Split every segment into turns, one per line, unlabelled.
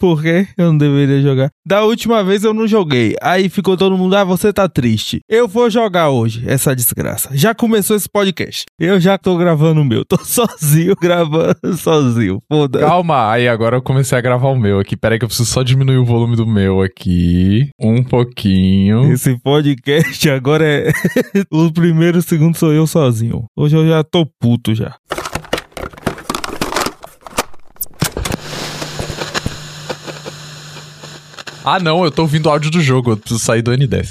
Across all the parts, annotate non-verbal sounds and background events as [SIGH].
Por que eu não deveria jogar? Da última vez eu não joguei. Aí ficou todo mundo, ah, você tá triste. Eu vou jogar hoje, essa desgraça. Já começou esse podcast. Eu já tô gravando o meu. Tô [LAUGHS] sozinho gravando sozinho. Foda-se.
Calma, aí agora eu comecei a gravar o meu aqui. Peraí que eu preciso só diminuir o volume do meu aqui. Um pouquinho.
Esse podcast agora é. [LAUGHS] o primeiro e o segundo sou eu sozinho. Hoje eu já tô puto já.
Ah não, eu tô ouvindo o áudio do jogo, eu preciso sair do
[LAUGHS]
N10.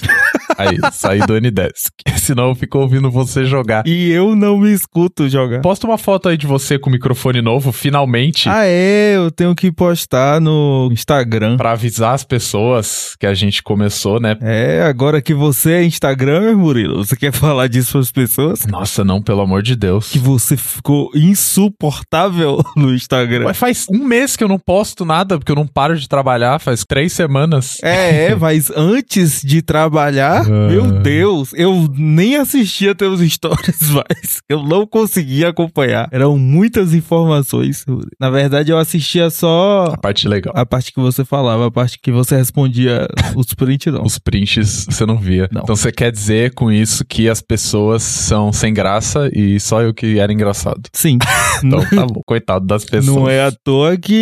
Aí, saí do N10. [LAUGHS] Senão eu fico ouvindo você jogar.
E eu não me escuto jogar.
Posta uma foto aí de você com o microfone novo, finalmente.
Ah, é, eu tenho que postar no Instagram.
Pra avisar as pessoas que a gente começou, né?
É, agora que você é Instagram, Murilo, você quer [LAUGHS] falar disso para as pessoas?
Nossa, não, pelo amor de Deus.
Que você ficou insuportável [LAUGHS] no Instagram.
Mas faz um mês que eu não posto nada, porque eu não paro de trabalhar, faz três semanas.
É, é, mas antes de trabalhar,
Ah.
meu Deus, eu nem assistia teus stories [LAUGHS] mais. Eu não conseguia acompanhar. Eram muitas informações. Na verdade, eu assistia só
A parte legal.
a parte que você falava, a parte que você respondia os prints, não.
Então, Os prints você não via.
Não.
Então você quer dizer com isso que as pessoas são sem graça e só eu que era engraçado.
Sim.
[LAUGHS] Então
[LAUGHS]
tá bom. Coitado das pessoas.
Não é à toa que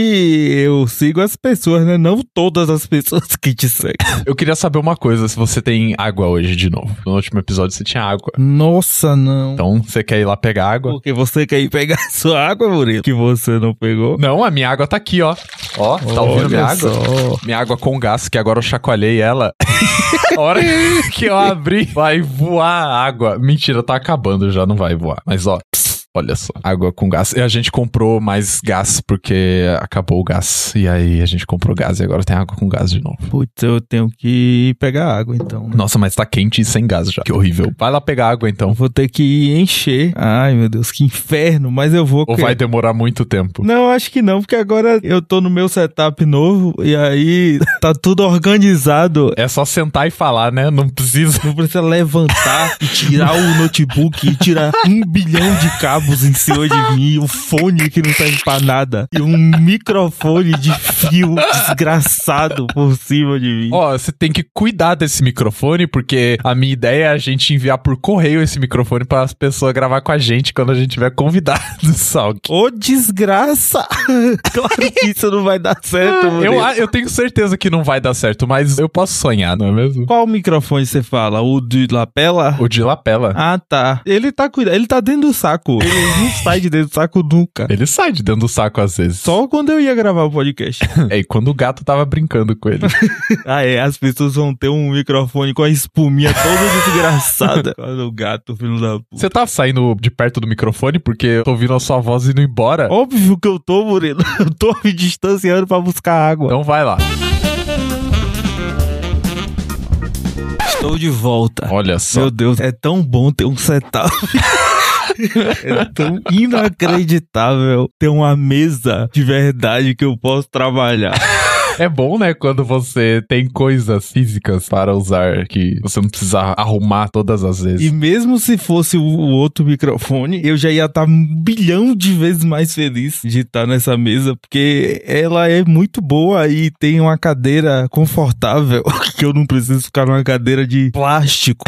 eu sigo as pessoas, né? Não todas as pessoas que te seguem.
Eu queria saber uma coisa, se você tem água hoje de novo. No último episódio você tinha água.
Nossa, não.
Então você quer ir lá pegar água?
Porque você quer ir pegar [LAUGHS] a sua água, Murilo, que você não pegou.
Não, a minha água tá aqui, ó. Ó, tá ouvindo minha
Olha
água?
só.
Minha água com gás, que agora eu chacoalhei ela. [LAUGHS] A hora que eu abri, vai voar a água. Mentira, tá acabando já, não vai voar. Mas ó, pss, olha só, água com gás. E a gente comprou mais gás porque acabou o gás. E aí a gente comprou gás e agora tem água com gás de novo.
Putz, eu tenho que ir pegar água então. né?
Nossa, mas tá quente e sem gás já. Que horrível. Vai lá pegar água então.
Vou ter que ir encher. Ai, meu Deus, que inferno, mas eu vou.
Ou
querer.
vai demorar muito tempo.
Não, acho que não, porque agora eu tô no meu setup novo e aí [LAUGHS] tá tudo organizado.
É só sentar e falar, né? Não precisa.
Não precisa levantar e tirar o notebook e tirar um bilhão de cabos em cima de mim, o fone que não serve pra nada, e um microfone de fio desgraçado por cima de mim.
Ó, você tem que cuidar desse microfone, porque a minha ideia é a gente enviar por correio esse microfone para as pessoas gravar com a gente quando a gente tiver [LAUGHS] convidado, Salk.
Ô desgraça! [LAUGHS] Claro que isso não vai dar certo, mano.
Eu, a- eu tenho certeza que não vai dar certo, mas eu posso sonhar, não é mesmo?
Qual microfone você fala? O de lapela?
O de lapela.
Ah, tá. Ele tá cuidando. Ele tá dentro do saco. Ele não sai de dentro do saco nunca.
Ele sai de dentro do saco às vezes.
Só quando eu ia gravar o podcast.
[LAUGHS] É, e quando o gato tava brincando
[LAUGHS]
com ele.
Ah, é. As pessoas vão ter um microfone com a espuminha toda desgraçada. [LAUGHS] Olha o gato, filho da puta.
Você tá saindo de perto do microfone porque eu tô ouvindo a sua voz indo embora.
Óbvio que eu tô, Murilo. [LAUGHS] Eu tô me distanciando pra buscar água.
Então vai lá.
Estou de volta.
Olha só.
Ah. Meu Deus, é tão bom ter um setup. [LAUGHS] É tão inacreditável ter uma mesa de verdade que eu posso trabalhar.
É bom, né, quando você tem coisas físicas para usar que você não precisa arrumar todas as vezes.
E mesmo se fosse o o outro microfone, eu já ia estar um bilhão de vezes mais feliz de estar nessa mesa, porque ela é muito boa e tem uma cadeira confortável, [LAUGHS] que eu não preciso ficar numa cadeira de plástico.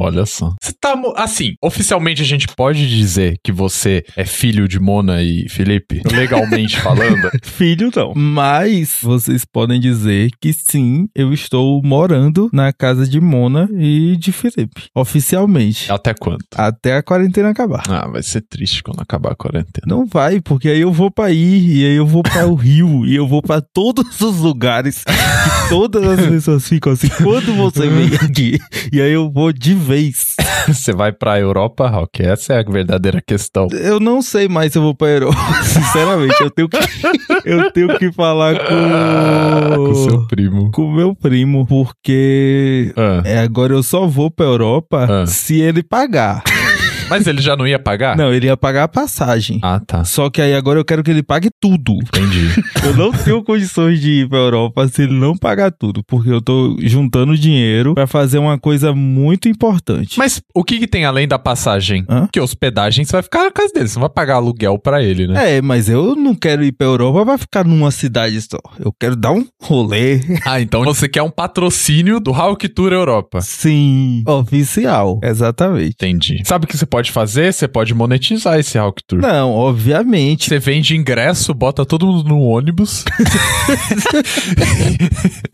Olha só. Você tá. mo- Assim, oficialmente a gente pode dizer que você é filho de Mona e Felipe?
[LAUGHS]
Legalmente falando.
[LAUGHS] Filho, não. Mas vocês podem dizer que sim, eu estou morando na casa de Mona e de Felipe, oficialmente,
Até quanto?
até a quarentena acabar.
Ah, vai ser triste quando acabar a quarentena. [LAUGHS]
Não vai, porque aí eu vou pra aí, e aí eu vou pra o Rio, e eu vou pra todos os lugares que todas as pessoas ficam assim, quando você vem aqui, e aí eu vou de vez.
Você vai pra Europa, Rock? Essa é a verdadeira questão.
Eu não sei mais se eu vou pra Europa, [LAUGHS] sinceramente, eu tenho que, eu tenho que falar
Ah, com
com
seu primo.
com meu primo, porque
Ah,
é, agora eu só vou pra Europa
Ah.
se ele pagar.
Mas ele já não ia pagar?
Não, ele ia pagar a passagem.
Ah, tá.
Só que aí agora eu quero que ele pague tudo.
Entendi.
Eu não tenho condições de ir pra Europa se ele não pagar tudo, porque eu tô juntando dinheiro pra fazer uma coisa muito importante.
Mas o que, que tem além da passagem?
Hã?
Que hospedagem você vai ficar na casa dele, você não vai pagar aluguel pra ele, né?
É, mas eu não quero ir pra Europa pra ficar numa cidade só. Eu quero dar um rolê.
Ah, então você quer um patrocínio do Hawk Tour
[LAUGHS]
Europa.
Sim. Oficial. Exatamente.
Entendi. Sabe o que você pode fazer? Você pode monetizar esse Hawk Tour.
Não, obviamente.
Você vende ingresso, bota todo mundo no
[LAUGHS]
ônibus.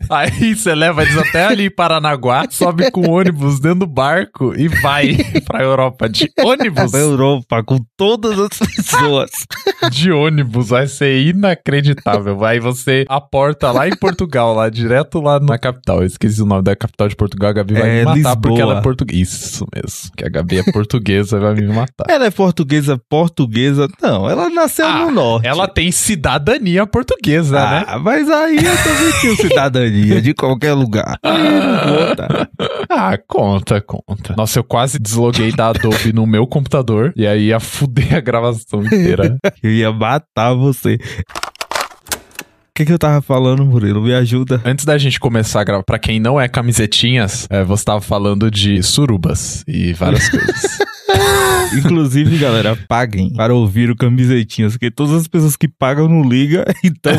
Aí você leva eles até ali em Paranaguá, sobe com o ônibus dentro do barco e vai [LAUGHS] pra Europa de ônibus.
Pra Europa com todas as [LAUGHS] pessoas.
De ônibus, vai ser inacreditável. Aí você aporta lá em Portugal, lá direto lá na capital. Eu esqueci o nome da capital de Portugal, a Gabi vai
É
me matar
Lisboa.
porque ela é portuguesa. Isso mesmo, que a Gabi é portuguesa, vai me matar.
Ela é portuguesa, portuguesa. Não, ela nasceu
Ah,
no norte.
Ela tem cidadania portuguesa, né?
Ah, mas aí eu também tenho cidadania de qualquer lugar. Aí não conta.
Ah, conta, conta. Nossa, eu quase desloguei da Adobe no meu computador e aí ia fuder a gravação [LAUGHS] inteira.
Eu ia matar você. O que, que eu tava falando, Murilo? Me ajuda.
Antes da gente começar a gravar, pra quem não é camisetinhas, é, você tava falando de surubas e várias coisas.
Inclusive, galera, paguem para ouvir o Camisetinhas, porque todas as pessoas que pagam não ligam, [LAUGHS] então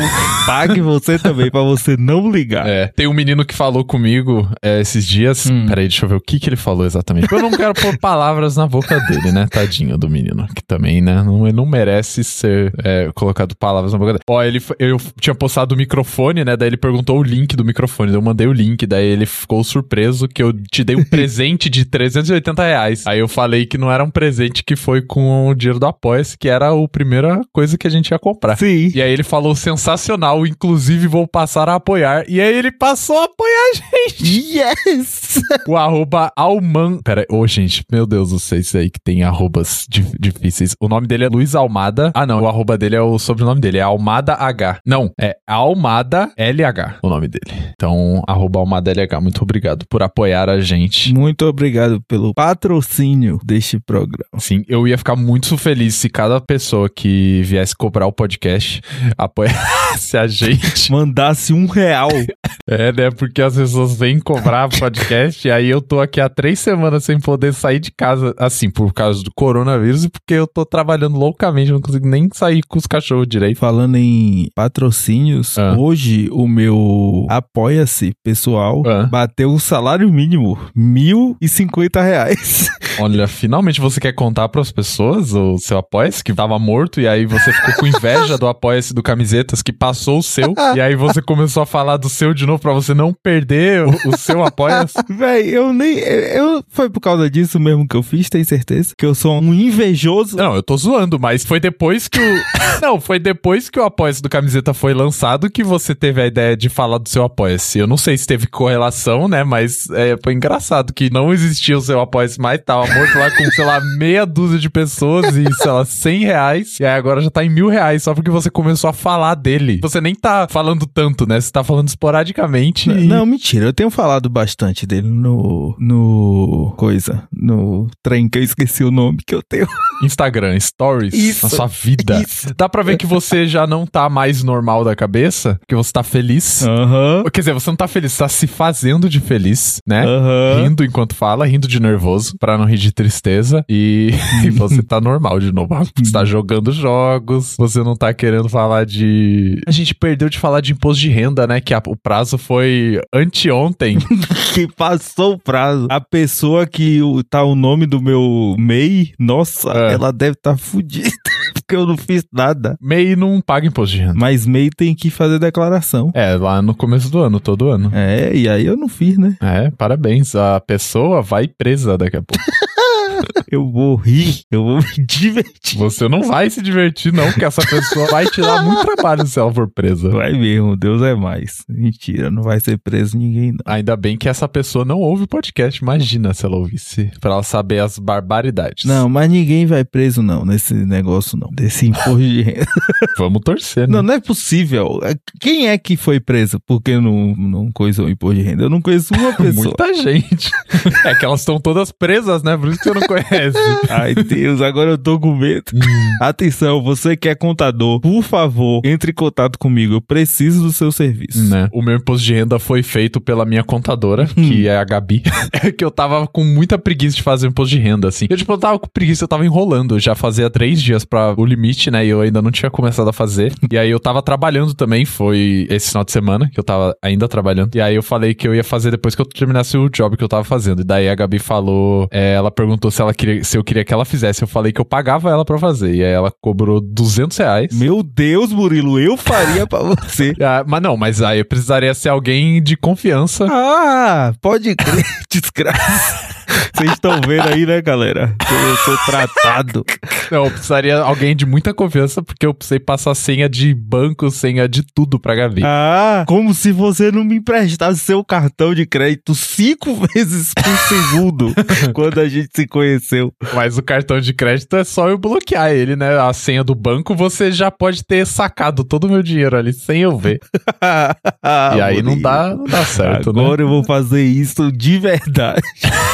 pague você também para você não ligar.
É, tem um menino que falou comigo é, esses dias.
Hum.
Peraí, deixa eu ver o que, que ele falou exatamente. Eu não quero pôr palavras na boca dele, né? Tadinho do menino. Que também, né? Não, ele não merece ser é, colocado palavras na boca dele. Ó, ele, f- eu f- tinha postado o microfone, né? Daí ele perguntou o link do microfone. Daí eu mandei o link. Daí ele ficou surpreso que eu te dei um presente de 380 reais. Aí eu falei que não era um presente que foi com o dinheiro do Apoia-se, que era a primeira coisa que a gente ia comprar.
Sim.
E aí ele falou sensacional, inclusive vou passar a apoiar. E aí ele passou a apoiar a gente.
Yes!
O arroba Alman. Pera, ô gente, meu Deus do céu, isso aí que tem arrobas dif- difíceis. O nome dele é Luiz Almada. Ah, não, o arroba dele é o sobrenome dele, é Almada H. Não, é Almada LH, o nome dele. Então, arroba Almada LH, muito obrigado por apoiar a gente.
Muito obrigado pelo patrocínio deste programa.
Sim, eu ia ficar muito feliz se cada pessoa que viesse cobrar o podcast apoiasse a gente.
Mandasse um real.
É, né? Porque as pessoas vêm cobrar podcast e aí eu tô aqui há três semanas sem poder sair de casa, assim, por causa do coronavírus e porque eu tô trabalhando loucamente, não consigo nem sair com os cachorros direito.
Falando em patrocínios,
Ah.
hoje o meu apoia-se pessoal
Ah.
bateu o salário mínimo, R$ 1.050 reais.
Olha, finalmente você quer contar pras pessoas o seu apoia-se que tava morto e aí você ficou com inveja do apoia-se do Camisetas que passou o seu e aí você começou a falar do seu de novo pra você não perder o, o seu apoia-se.
Véi, eu nem. Eu, eu- foi por causa disso mesmo que eu fiz, tem certeza? Que eu sou um invejoso.
Não, eu tô zoando, mas foi depois que o.
[LAUGHS]
não, foi depois que o Apoia-se do Camiseta foi lançado que você teve a ideia de falar do seu Apoia-se. Eu não sei se teve correlação, né? Mas é, foi engraçado que não existia o seu Apoia-se mais, tava morto lá com, sei lá, meia dúzia de pessoas e, sei lá, 100 reais. E aí agora já tá em mil reais só porque você começou a falar dele. Você nem tá falando tanto, né? Você tá falando esporadicamente. e-
Não, mentira, eu tenho falado bastante dele no. No. Coisa. No trem que eu esqueci o nome que eu [LAUGHS] tenho.
Instagram, stories,
Isso,
na sua vida.
Isso.
Dá pra ver que você já não tá mais normal da cabeça, que você tá feliz.
Aham.
Quer dizer, você não tá feliz, você tá se fazendo de feliz,
É?
né?
Aham.
Rindo enquanto fala, rindo de nervoso, pra não rir de tristeza. E, [LAUGHS] e você tá normal de novo. Você tá jogando jogos, você não tá querendo falar de. A gente perdeu de falar de imposto de renda, né? Que a- o prazo foi [LAUGHS] anteontem.
Que passou o prazo. A pessoa que o- tá o nome do meu MEI, nossa,
É.
ela deve tá fudida. [LAUGHS] Porque eu não fiz nada.
MEI não paga imposto de renda.
Mas MEI tem que fazer declaração.
É, lá no começo do ano, todo ano.
É, e aí eu não fiz, né?
É, parabéns. A pessoa vai presa daqui a pouco.
Eu vou rir, eu vou me [LAUGHS] divertir.
Você não vai se divertir, não, porque essa pessoa vai te dar muito trabalho se ela for presa.
Vai mesmo, Deus é mais. Mentira, não vai ser preso ninguém, não.
Ainda bem que essa pessoa não ouve o podcast. Imagina se ela ouvisse. Pra ela saber as barbaridades.
Não, mas ninguém vai preso, não, nesse negócio, não. Desse imposto de renda.
[LAUGHS] Vamos torcer, né?
[LAUGHS] não, não é possível. Quem é que foi preso porque não, não [LAUGHS] coisou o imposto de renda? Eu não conheço uma pessoa.
[LAUGHS] Muita gente. É que elas estão todas presas, né? Por isso que você não conhece.
Ai, Deus, agora eu tô com medo. Atenção, você que é contador, por favor, entre em contato comigo. Eu preciso do seu serviço.
Né? O meu imposto de renda foi feito pela minha contadora, que é a Gabi, [LAUGHS] que eu tava com muita preguiça de fazer o imposto de renda, assim. Eu, tipo, eu tava com preguiça, eu tava enrolando. Eu já fazia três dias pra o limite, né? E eu ainda não tinha começado a fazer. E aí eu tava trabalhando também, foi esse final de semana, que eu tava ainda trabalhando. E aí eu falei que eu ia fazer depois que eu terminasse o job que eu tava fazendo. E daí a Gabi falou, é, ela perguntou se ela queria, se eu queria que ela fizesse. Eu falei que eu pagava ela pra fazer. E aí ela cobrou 200 reais.
Meu Deus, Murilo, eu faria pra você.
Ah, mas não, mas aí eu precisaria ser alguém de confiança.
Ah, pode crer, [LAUGHS] desgraça. Vocês estão vendo aí, né, galera? Que eu sou tratado.
Não, eu precisaria alguém de muita confiança, porque eu precisei passar senha de banco, senha de tudo pra Gabi.
Ah, como se você não me emprestasse seu cartão de crédito cinco [LAUGHS] vezes por segundo [LAUGHS] quando a gente se [LAUGHS] conheceu.
Mas o cartão de crédito é só eu bloquear ele, né? A senha do banco você já pode ter sacado todo o meu dinheiro ali sem eu ver. e aí não dá, não dá certo, né?
Agora eu vou fazer isso de verdade.
[LAUGHS]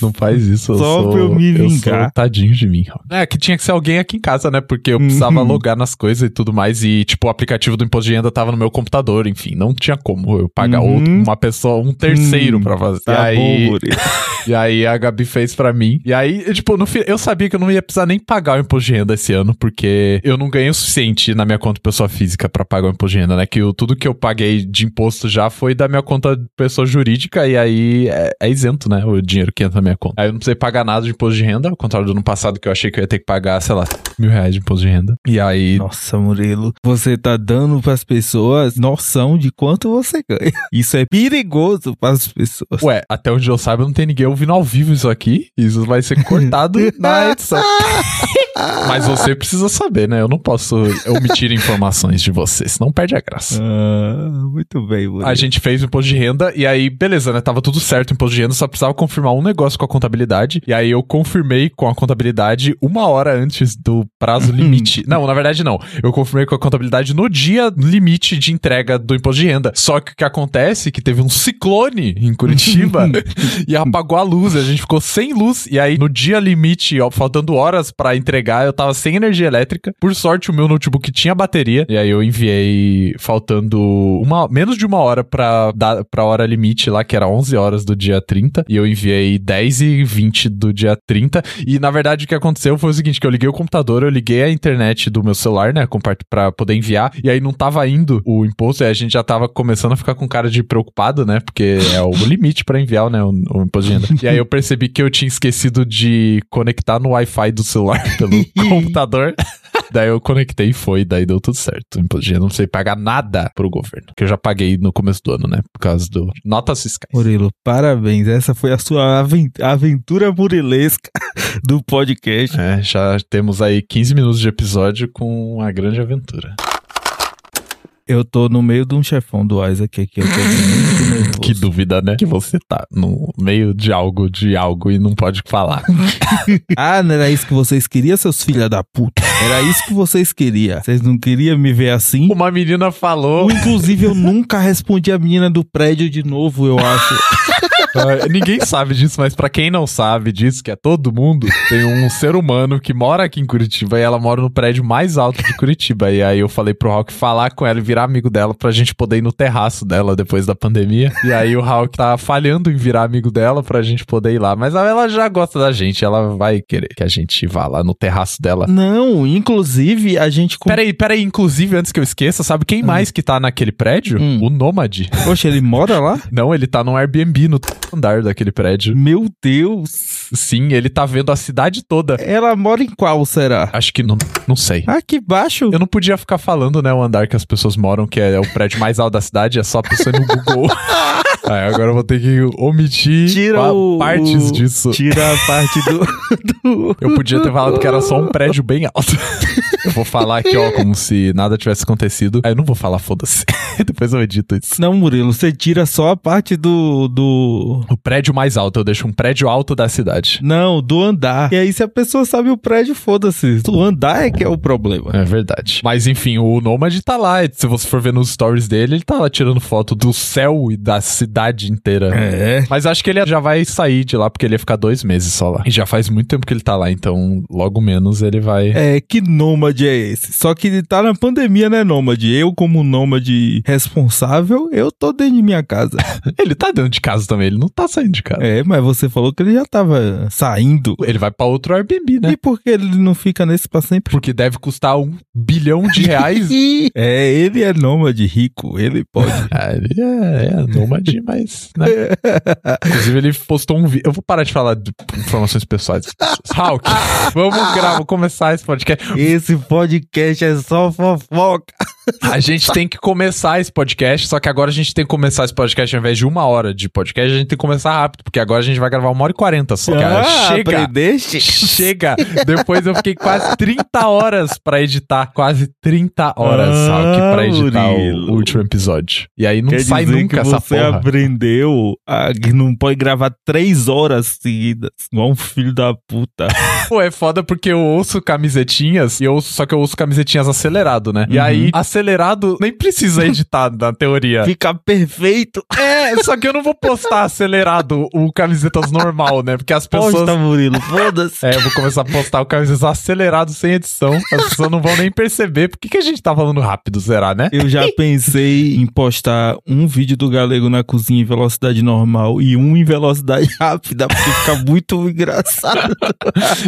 Não faz isso, eu
Só
sou,
pra eu me
sou
vingar.
tadinho de mim. É, que tinha que ser alguém aqui em casa, né? Porque eu precisava
Uhum.
logar nas coisas e tudo mais. E, tipo, o aplicativo do imposto de renda tava no meu computador, enfim. Não tinha como eu pagar
Uhum.
outro, uma pessoa, um terceiro pra fazer.
Tá
e,
bom,
aí,
Murilo.
e aí a Gabi fez pra mim. E aí, eu, tipo, no fim, eu sabia que eu não ia precisar nem pagar o imposto de renda esse ano, porque eu não ganhei o suficiente na minha conta pessoa física pra pagar o imposto de renda, né? Que eu- tudo que eu paguei de imposto já foi da minha conta pessoa jurídica, e aí é, é isento, né? O dinheiro que entra na minha conta. Aí eu não precisei pagar nada de imposto de renda, ao contrário do ano passado, que eu achei que eu ia ter que pagar, sei lá, mil reais de imposto de renda. E aí.
Nossa, Murilo, você tá dando pras pessoas noção de quanto você ganha. Isso é perigoso pras pessoas.
Ué, até onde eu saiba, não tem ninguém ouvindo ao vivo isso aqui. Isso vai ser cortado na edição. Mas você precisa saber, né? Eu não posso omitir informações de você, senão perde a graça.
Ah, muito bem, Murilo.
A gente fez o imposto de renda e aí, beleza, né? Tava tudo certo o imposto de renda, só precisava confirmar um negócio com a contabilidade. E aí eu confirmei com a contabilidade uma hora antes do prazo limite. não, na verdade não. Eu confirmei com a contabilidade no dia limite de entrega do imposto de renda. Só que o que acontece é que teve um ciclone em Curitiba e apagou a luz. A gente ficou sem luz. E aí, no dia limite, ó, faltando horas pra entregar, eu tava sem energia elétrica. Por sorte, o meu notebook tinha bateria. E aí eu enviei faltando uma, menos de uma hora pra, dar, pra hora limite lá, que era 11 horas do dia 30. E eu enviei 10 e 20 do dia 30. E na verdade, o que aconteceu foi o seguinte: que eu liguei o computador, eu liguei a internet do meu celular, né? compart- Pra poder enviar. E aí não tava indo o imposto. E a gente já tava começando a ficar com cara de preocupado, né? Porque é o [LAUGHS] limite pra enviar, né? O, o imposto de renda. E aí eu percebi que eu tinha esquecido de conectar no Wi-Fi do celular [LAUGHS] pelo computador. Daí eu conectei e foi, daí deu tudo certo. O imposto de renda não precisei pagar nada pro governo. Que eu já paguei no começo do ano, né? Por causa do. Notas fiscais.
Murilo, parabéns. Essa foi a sua aven- aventura murilesca [LAUGHS] do podcast.
É, já temos aí 15 minutos de episódio com uma grande aventura.
Eu tô no meio de um chefão do Isaac aqui. Eu tô muito nervoso.
[LAUGHS] Que dúvida, né? Que você tá no meio de algo, de algo e não pode falar. [LAUGHS]
Ah, não era isso que vocês queriam, seus filha da puta? Era isso que vocês queriam. Vocês não queriam me ver
[LAUGHS]
assim?
Uma menina falou.
Ou, inclusive, eu nunca respondi a menina do prédio de novo, eu acho.
Ah, [LAUGHS] Ninguém sabe disso, mas pra quem não sabe disso, que é todo mundo, tem [LAUGHS] um ser humano que mora aqui em Curitiba e ela mora no prédio mais alto de Curitiba. E aí eu falei pro Hawk falar com ela e virar amigo dela pra gente poder ir no terraço dela depois da pandemia. E aí o Hawk tá falhando em virar amigo dela pra gente poder ir lá. Mas ela já gosta da gente, ela vai querer que a gente vá lá no terraço dela.
Não, inclusive, a gente... Com...
Peraí, peraí, inclusive, antes que eu esqueça, sabe quem mais que tá naquele prédio?
Hum.
O Nômade.
Poxa, ele mora lá?
Não, ele tá num Airbnb no andar daquele prédio.
Meu Deus.
Sim, ele tá vendo a cidade toda.
Ela mora em qual, será?
Acho que não, não sei.
Aqui baixo?
Eu não podia ficar falando, né, o andar que as pessoas moram, que é o prédio mais alto da cidade, é só a pessoa ir
[LAUGHS]
no Google. Aí agora eu vou ter que omitir
Tira
pa-
o-
partes
o-
disso.
Tira a parte do... do...
Eu podia ter falado que era só um prédio bem alto. [LAUGHS] Eu vou falar aqui, ó, como se nada tivesse acontecido. Ah, eu não vou falar, foda-se. [LAUGHS] Depois eu edito isso.
Não, Murilo, você tira só a parte do. do...
O prédio mais alto, eu deixo um prédio alto da cidade.
Não, do andar. E aí, se a pessoa sabe o prédio, foda-se. O andar é que é o problema.
É verdade. Mas enfim, o Nomad tá lá. e Se você for ver nos stories dele, ele tá lá tirando foto do céu e da cidade inteira.
É.
Mas acho que ele já vai sair de lá, porque ele ia ficar dois meses só lá. E já faz muito tempo que ele tá lá, então logo menos ele vai.
É, que nômade é esse? Só que ele tá na pandemia, né, nômade? Eu, como nômade responsável, eu tô dentro de minha casa.
Ele tá dentro de casa também, ele não tá saindo de casa.
É, mas você falou que ele já tava saindo.
Ele vai pra outro Airbnb, né?
E por que ele não fica nesse pra sempre?
Porque deve custar um bilhão de reais.
[LAUGHS] É, ele é nômade rico, ele
[LAUGHS]
pode.
Ah, [LAUGHS] ele é, é nômade, mas. né? [LAUGHS] Inclusive, ele postou um vídeo. Eu vou parar de falar de informações pessoais. Hulk, vamos gravar, vou começar esse podcast.
Esse podcast é só fofoca.
A gente tem que começar esse podcast, só que agora a gente tem que começar esse podcast ao invés de uma hora de podcast, a gente tem que começar rápido, porque agora a gente vai gravar uma hora e quarenta só. Cara, chega!
Aprendeste?
Chega! Depois eu fiquei quase 30 horas pra editar. Quase 30 horas,
Ah,
Hulk, pra editar o,
Murilo.
último episódio. E aí não
Quer
sai
dizer
nunca
que
essa
você
porra.
aprendeu a que não pode gravar três horas seguidas. Igual um filho da puta.
Pô, é foda porque eu ouço camisetinhas e eu ouço, só que eu ouço camisetinhas acelerado, né? E
Uhum.
aí, acelerado nem precisa editar
[LAUGHS]
na teoria.
Fica perfeito.
É, só que eu não vou postar acelerado o camisetas normal, né? Porque as pessoas.
Posta, Murilo. Foda-se.
É, eu vou começar a postar o camisetas acelerado sem edição. As pessoas não vão nem perceber. Por que, que a gente tá falando rápido, será, né?
Eu já pensei em postar um vídeo do galego na cozinha em velocidade normal e um em velocidade [LAUGHS] rápida, porque fica muito engraçado.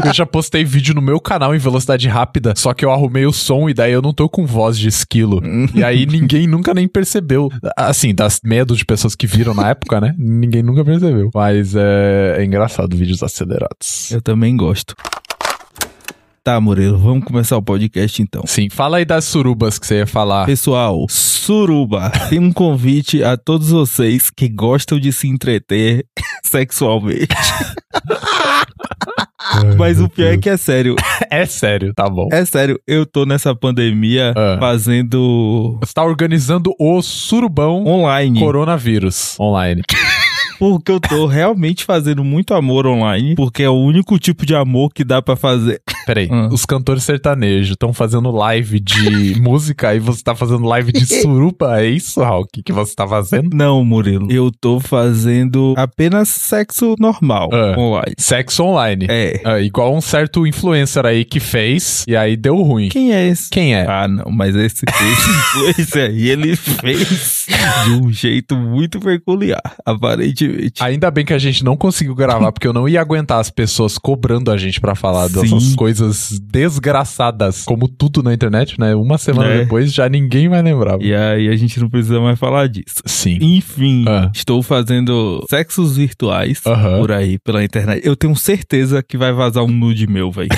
Eu já postei vídeo no meu canal em velocidade rápida, só que eu arrumei o som e daí eu não tô com voz de esquilo. E aí ninguém nunca nem percebeu. Assim, das medo de pessoas que viram na época, né? Ninguém nunca percebeu. Mas é, é engraçado, vídeos acelerados.
Eu também gosto. Tá, Murilo, vamos começar o podcast então.
Sim, fala aí das surubas que você ia falar. [LAUGHS]
Pessoal, Suruba tem um convite a todos vocês que gostam de se entreter [LAUGHS] sexualmente. Mas o pior é que é sério.
É sério, tá bom.
É sério, eu tô nessa pandemia
Ah.
fazendo
Você tá organizando o surubão
online.
coronavírus online.
Porque eu tô realmente fazendo muito amor online, porque é o único tipo de amor que dá pra fazer.
Peraí,
Ah.
os cantores sertanejos estão fazendo live de música e você tá fazendo live de suruba? É isso, Hulk, que você tá fazendo?
Não, Murilo. Eu tô fazendo apenas sexo normal
Ah.
online.
Sexo online.
É.
Ah, igual um certo influencer aí que fez e aí deu ruim.
Quem é esse?
Quem é?
Ah, não, mas esse, [LAUGHS] esse influencer aí, ele fez de um jeito muito peculiar, aparentemente.
Ainda bem que a gente não conseguiu gravar, porque eu não ia aguentar as pessoas cobrando a gente pra falar
Sim.
dessas coisas desgraçadas, como tudo na internet, né? Uma semana
É.
depois já ninguém vai lembrar.
E aí a gente não precisa mais falar disso.
Sim.
Enfim,
Ah.
estou fazendo sexos virtuais
Aham.
por aí pela internet. Eu tenho certeza que vai vazar um nude meu,
[LAUGHS]
velho.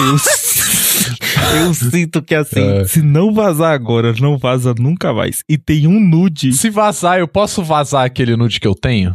Eu, s- eu sinto que assim,
É.
se não vazar agora, não vaza nunca mais. E tem um nude
Se vazar, eu posso vazar aquele nude que eu tenho?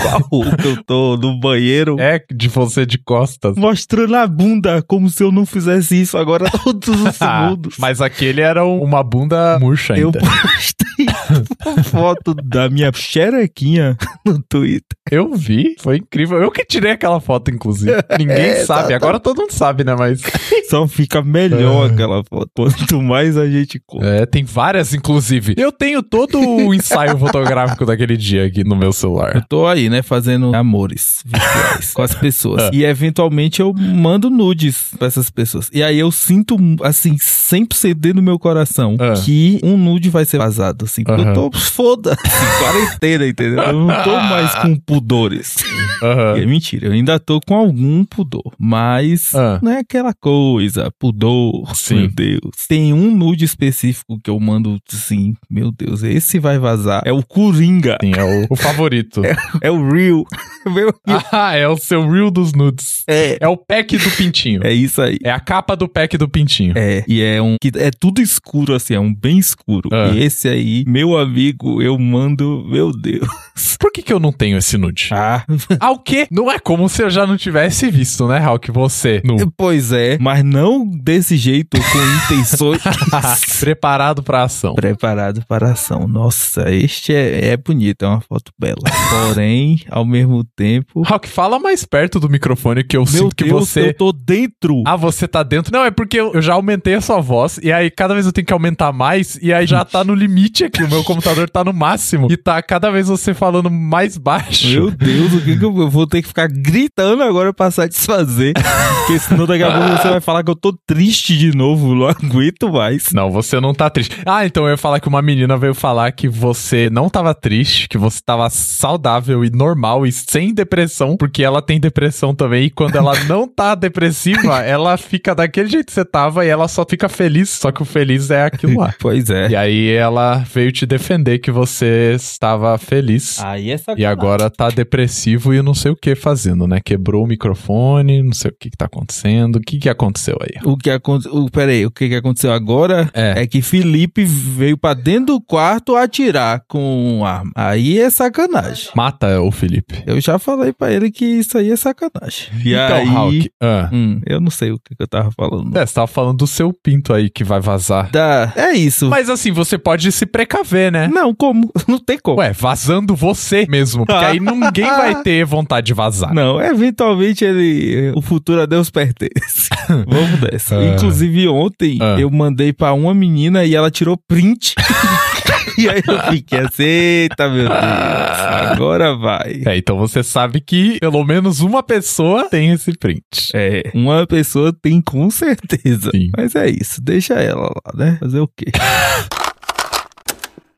qual [LAUGHS] que eu tô no banheiro.
um. É de você de costas.
Mostrando a bunda, como se eu não fizesse isso agora todos os
[LAUGHS] Ah,
segundos.
Mas aquele era um- uma bunda murcha
eu
ainda.
postei [LAUGHS] uma foto da minha xerequinha no Twitter.
Eu vi, foi incrível. Eu que tirei aquela
[LAUGHS]
foto, inclusive.
É,
Ninguém
tá,
sabe. Agora todo mundo sabe, né? Mas.
Só fica melhor aquela foto. Quanto mais a gente conta.
É, tem várias, inclusive. Eu tenho
[LAUGHS]
todo o ensaio fotográfico daquele dia aqui no meu celular.
Tô aí, né, fazendo amores virtuais com as [LAUGHS] pessoas. E eventualmente eu mando nudes pra essas pessoas. E aí eu sinto, assim, 100% dentro do meu coração
Ah.
que um nude vai ser vazado, assim. porque
Aham.
Eu tô foda, assim, quarentena, entendeu? Eu não tô mais com pudores.
Aham.
É mentira, eu ainda tô com algum pudor, mas
Ah.
não é aquela coisa, pudor,
Sim.
meu Deus. Tem um nude específico que eu mando, assim, meu Deus, esse vai vazar. É o Coringa,
Sim, é o, o favorito.
é o Real. [LAUGHS] Meu,
[LAUGHS] Ah, é o seu Reel dos Nudes.
é,
É o pack do Pintinho.
é isso aí.
É a capa do pack do Pintinho.
É, e é um que é tudo escuro, assim, é um bem escuro.
Ah.
E esse aí, meu amigo, eu mando, meu Deus.
Por que, que eu não tenho esse nude?
Ah,
Ah, o quê? Não é como se eu já não tivesse visto, né, Hulk? Você. No...
[LAUGHS] Pois é, mas não desse jeito, com intenções.
[LAUGHS] Preparado pra ação.
Preparado para a ação. Nossa, este é, é bonito, é uma foto bela. Porém, ao mesmo tempo.
Hulk, fala mais perto do microfone que eu
Meu
sinto que
Deus,
você.
eu tô dentro.
Ah, você tá dentro? Não, é porque eu eu já aumentei a sua voz, e aí cada vez eu tenho que aumentar mais, e aí já tá no limite aqui. O meu computador tá no máximo, e tá cada vez você falando mais baixo.
Meu Deus, o que, que eu, eu vou ter que ficar gritando agora pra satisfazer? Porque senão daqui a pouco você vai falar que eu tô triste de novo, não aguento mais.
Não, você não tá triste. Ah, então eu ia falar que uma menina veio falar que você não tava triste, que você tava saudável e normal e sem depressão, porque ela tem depressão também. E quando ela não tá depressiva, ela fica daquele jeito que você tava e ela só fica feliz. Só que o feliz é aquilo lá.
Pois é.
[LAUGHS] E aí ela veio te defender que você estava feliz.
Aí essa
E agora tá depressivo e não sei o que fazendo, né? Quebrou o microfone, não sei o que que tá acontecendo. O que que aconteceu aí?
O que aconteceu. Peraí, o que, que aconteceu agora
É.
é. que Felipe veio pra dentro do quarto atirar com arma. Aí é sacanagem.
Mata o Felipe.
Eu já falei pra ele que isso aí é sacanagem. E
então,
aí.
Hulk, ah,
Hum, eu não sei o que, que eu tava falando.
é, você tava falando do seu pinto aí que vai vazar.
Da... É isso.
Mas assim, você pode se precaver, né?
Não, como? [LAUGHS] Não tem como.
Ué, vazando você mesmo, porque aí ninguém
[LAUGHS]
vai ter vontade de vazar.
Não, eventualmente ele. O futuro a Deus [LAUGHS] pertence. Vamos dessa.
Ah.
Inclusive, ontem
Ah.
eu mandei pra uma menina e ela tirou print. [LAUGHS] e aí eu fiquei assim, eita, meu Deus. Agora vai.
É, então você sabe que pelo menos uma pessoa tem esse print.
É, uma pessoa tem com certeza.
Sim.
Mas é isso, deixa ela lá, né? Fazer o quê?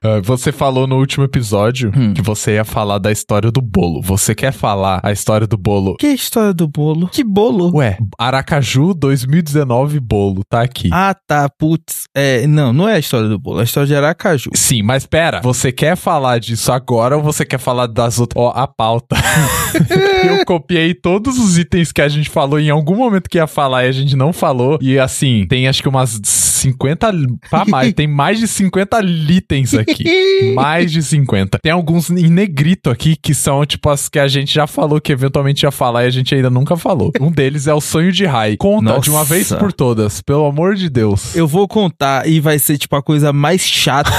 Ah, você falou no último episódio
Hum.
que você ia falar da história do bolo. Você quer falar a história do bolo?
Que história do bolo? Que bolo?
Ué, Aracaju 2019 bolo, tá aqui.
Ah, tá, putz. É, não, não é a história do bolo, é a história de Aracaju.
Sim, mas pera, você quer falar disso agora ou você quer falar das outras? Ó, a pauta. [LAUGHS] eu copiei todos os itens que a gente falou em algum momento que ia falar e a gente não falou. E assim, tem acho que umas 50. li- Pra mais, tem mais de 50 itens aqui. Mais de 50. Tem alguns em negrito aqui que são, tipo, as que a gente já falou que eventualmente ia falar e a gente ainda nunca falou. Um deles é o sonho de Rai. Conta de uma
Nossa.
vez por todas, pelo amor de Deus.
Eu vou contar e vai ser tipo a coisa mais chata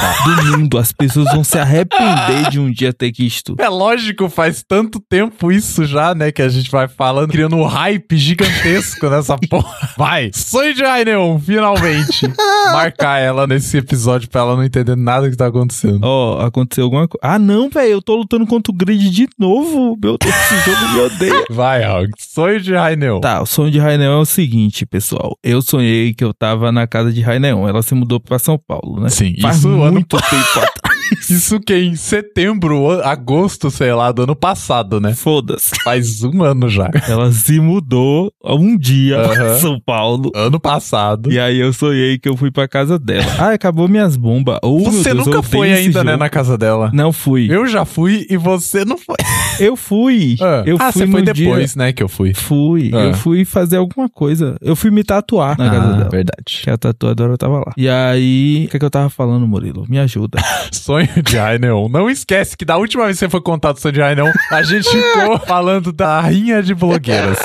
do mundo. As pessoas vão se arrepender de um dia ter que isto.
É lógico, faz tanto tempo isso já, né? Que a gente vai falando, criando um hype gigantesco [LAUGHS] nessa porra. Vai! Sonho de Aineon, finalmente!
[LAUGHS]
Marcar ela nesse episódio pra ela não entender nada que tá acontecendo.
Ó, aconteceu alguma coisa. Ah, não, velho, eu tô lutando contra o grid de novo. Meu Deus, esse jogo me odeia.
Vai, Hulk. Sonho de Aineon.
Tá, o sonho de Raineon é o seguinte, pessoal. Eu sonhei que eu tava na casa de Raineon. Ela se mudou pra São Paulo, né?
Sim,
Faz
isso, ano,
muito tempo atrás.
isso que é em setembro, o- agosto, sei lá, do ano passado, né?
[LAUGHS] Foda-se. [LAUGHS]
Faz um ano já.
Ela se mudou há um dia pra
Aham.
São Paulo.
Ano passado.
E aí eu sonhei que eu fui pra casa dela. Ah, acabou minhas bombas. Oh, meu
Você
Deus, eu
nunca
odeio
foi
esse
ainda, né,
jogo.
na casa dela.
Não fui.
Eu já fui e você não
[LAUGHS]
foi.
Eu fui.
Ah,
eu
ah,
fui
você foi
num
depois, né, que eu fui.
dia- Fui.
Ah.
Eu fui fazer alguma coisa. Eu fui me tatuar na casa dela.
verdade.
Que a tatuadora tava lá. E aí, o que, é que eu tava falando, Murilo? Me
[LAUGHS]
ajuda.
Sonho de Aineon. Não esquece que da última vez que você foi contar do sonho de Aineon,
[LAUGHS]
a gente ficou falando da rinha de blogueiras.